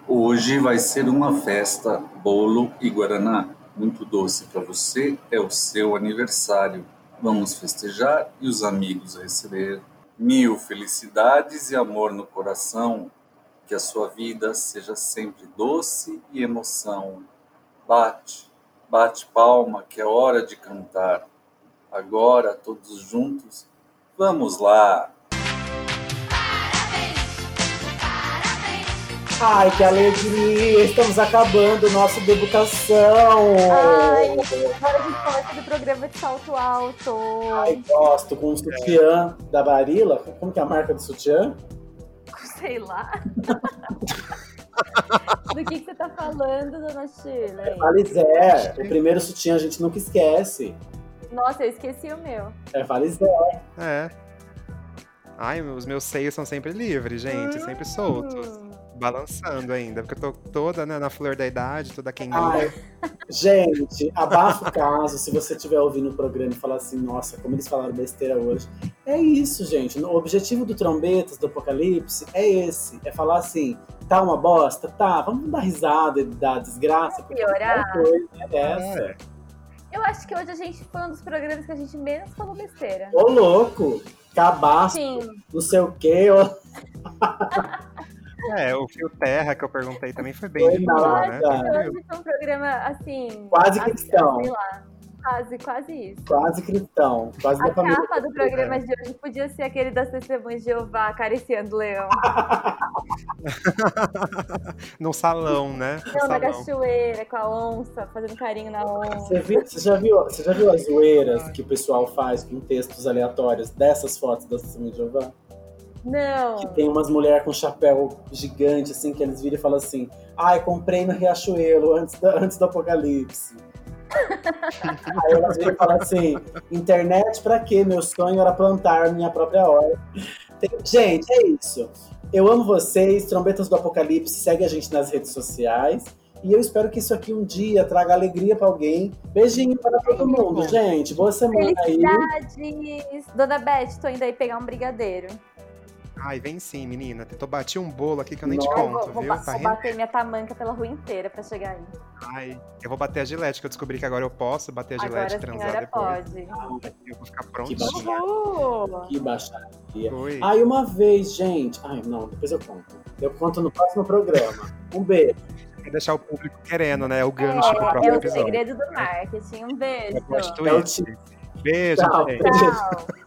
A: Hoje vai ser uma festa, bolo e guaraná. Muito doce para você, é o seu aniversário. Vamos festejar e os amigos receber. Mil felicidades e amor no coração. Que a sua vida seja sempre doce e emoção. Bate, bate palma, que é hora de cantar. Agora, todos juntos, vamos lá!
B: Ai, que alegria! Estamos acabando o nosso debutação!
C: Ai, agora a gente fala do programa de salto alto.
B: Ai, gosto, com o sutiã da Barilla. Como que é a marca do sutiã?
C: Sei lá. Do que, que você tá falando, dona Shirley?
B: Vale Zé. O primeiro sutiã a gente nunca esquece.
C: Nossa, eu esqueci o meu.
B: É Vale Zé.
D: É. Ai, os meus seios são sempre livres, gente, sempre soltos.
C: Hum.
D: Balançando ainda, porque eu tô toda né, na flor da idade, toda quem
B: Ai, gente, abafa o caso se você estiver ouvindo o programa e falar assim, nossa, como eles falaram besteira hoje. É isso, gente. O objetivo do Trombetas, do Apocalipse, é esse. É falar assim, tá uma bosta? Tá, vamos dar risada e dar desgraça. porque
C: Piorar.
B: qualquer coisa É essa.
C: ah, Eu acho que hoje a gente foi um dos programas que a gente menos falou besteira.
B: Ô, louco, cabaço,
C: Sim,
B: não sei o quê. ô,
D: É, o fio terra que eu perguntei também foi bem
B: Foi
C: eu
D: de boa,
B: nada.
D: né?
C: acho que hoje foi um programa assim.
B: Quase
C: a-
B: cristão.
C: Sei lá. Quase, quase isso.
B: Quase cristão, quase
C: A
B: da família.
C: capa do programa de hoje podia ser aquele das testemunhas de Jeová acariciando o leão.
D: Ah, Num salão, né? No
C: Não, assim- na
D: salão.
C: cachoeira, com a onça, fazendo carinho na onça.
B: Você, viu- você já viu, você já viu as zoeiras que o pessoal faz com textos aleatórios dessas fotos da Sessão de Jeová?
C: Não.
B: Que tem umas mulheres com chapéu gigante, assim, que eles viram e falam assim: ai, comprei no Riachuelo antes, da- antes do apocalipse. Aí elas viram e falam assim: internet pra quê? Meu sonho era plantar minha própria horta. Tem- Gente, é isso. Eu amo vocês, Trombetas do Apocalipse, segue a gente nas redes sociais. E eu espero que isso aqui um dia traga alegria pra alguém. Beijinho para todo mundo, gente. Boa semana aí.
C: Felicidades! Dona Beth, tô indo aí pegar um brigadeiro.
D: Ai, vem sim, menina. Tentou bater um bolo aqui que eu nem te
B: Nossa.
C: Ai,
D: conto,
C: vou, vou
D: viu?
C: ba-
D: Tá
C: vou
D: rindo?
C: bater minha tamanca pela rua inteira pra chegar aí.
D: Ai, eu vou bater a gilete, que eu descobri que agora eu posso bater a
C: Agora
D: gilete
C: a
D: e transar
C: senhora
D: depois.
C: pode.
D: Eu vou ficar
B: Que
D: prontinha.
C: Uhul!
B: Que baixaria.
D: Oi.
B: Ai, uma vez, gente. Ai, não, depois eu conto. Eu conto no próximo programa. Um beijo.
D: Vai deixar o público querendo, né? O gancho pro
C: É,
D: próximo
C: é o
D: episódio.
C: segredo do marketing. Um beijo.
D: Eu gosto
B: É o
D: disso. Beijo,
B: Tchau.
D: gente.
C: Tchau.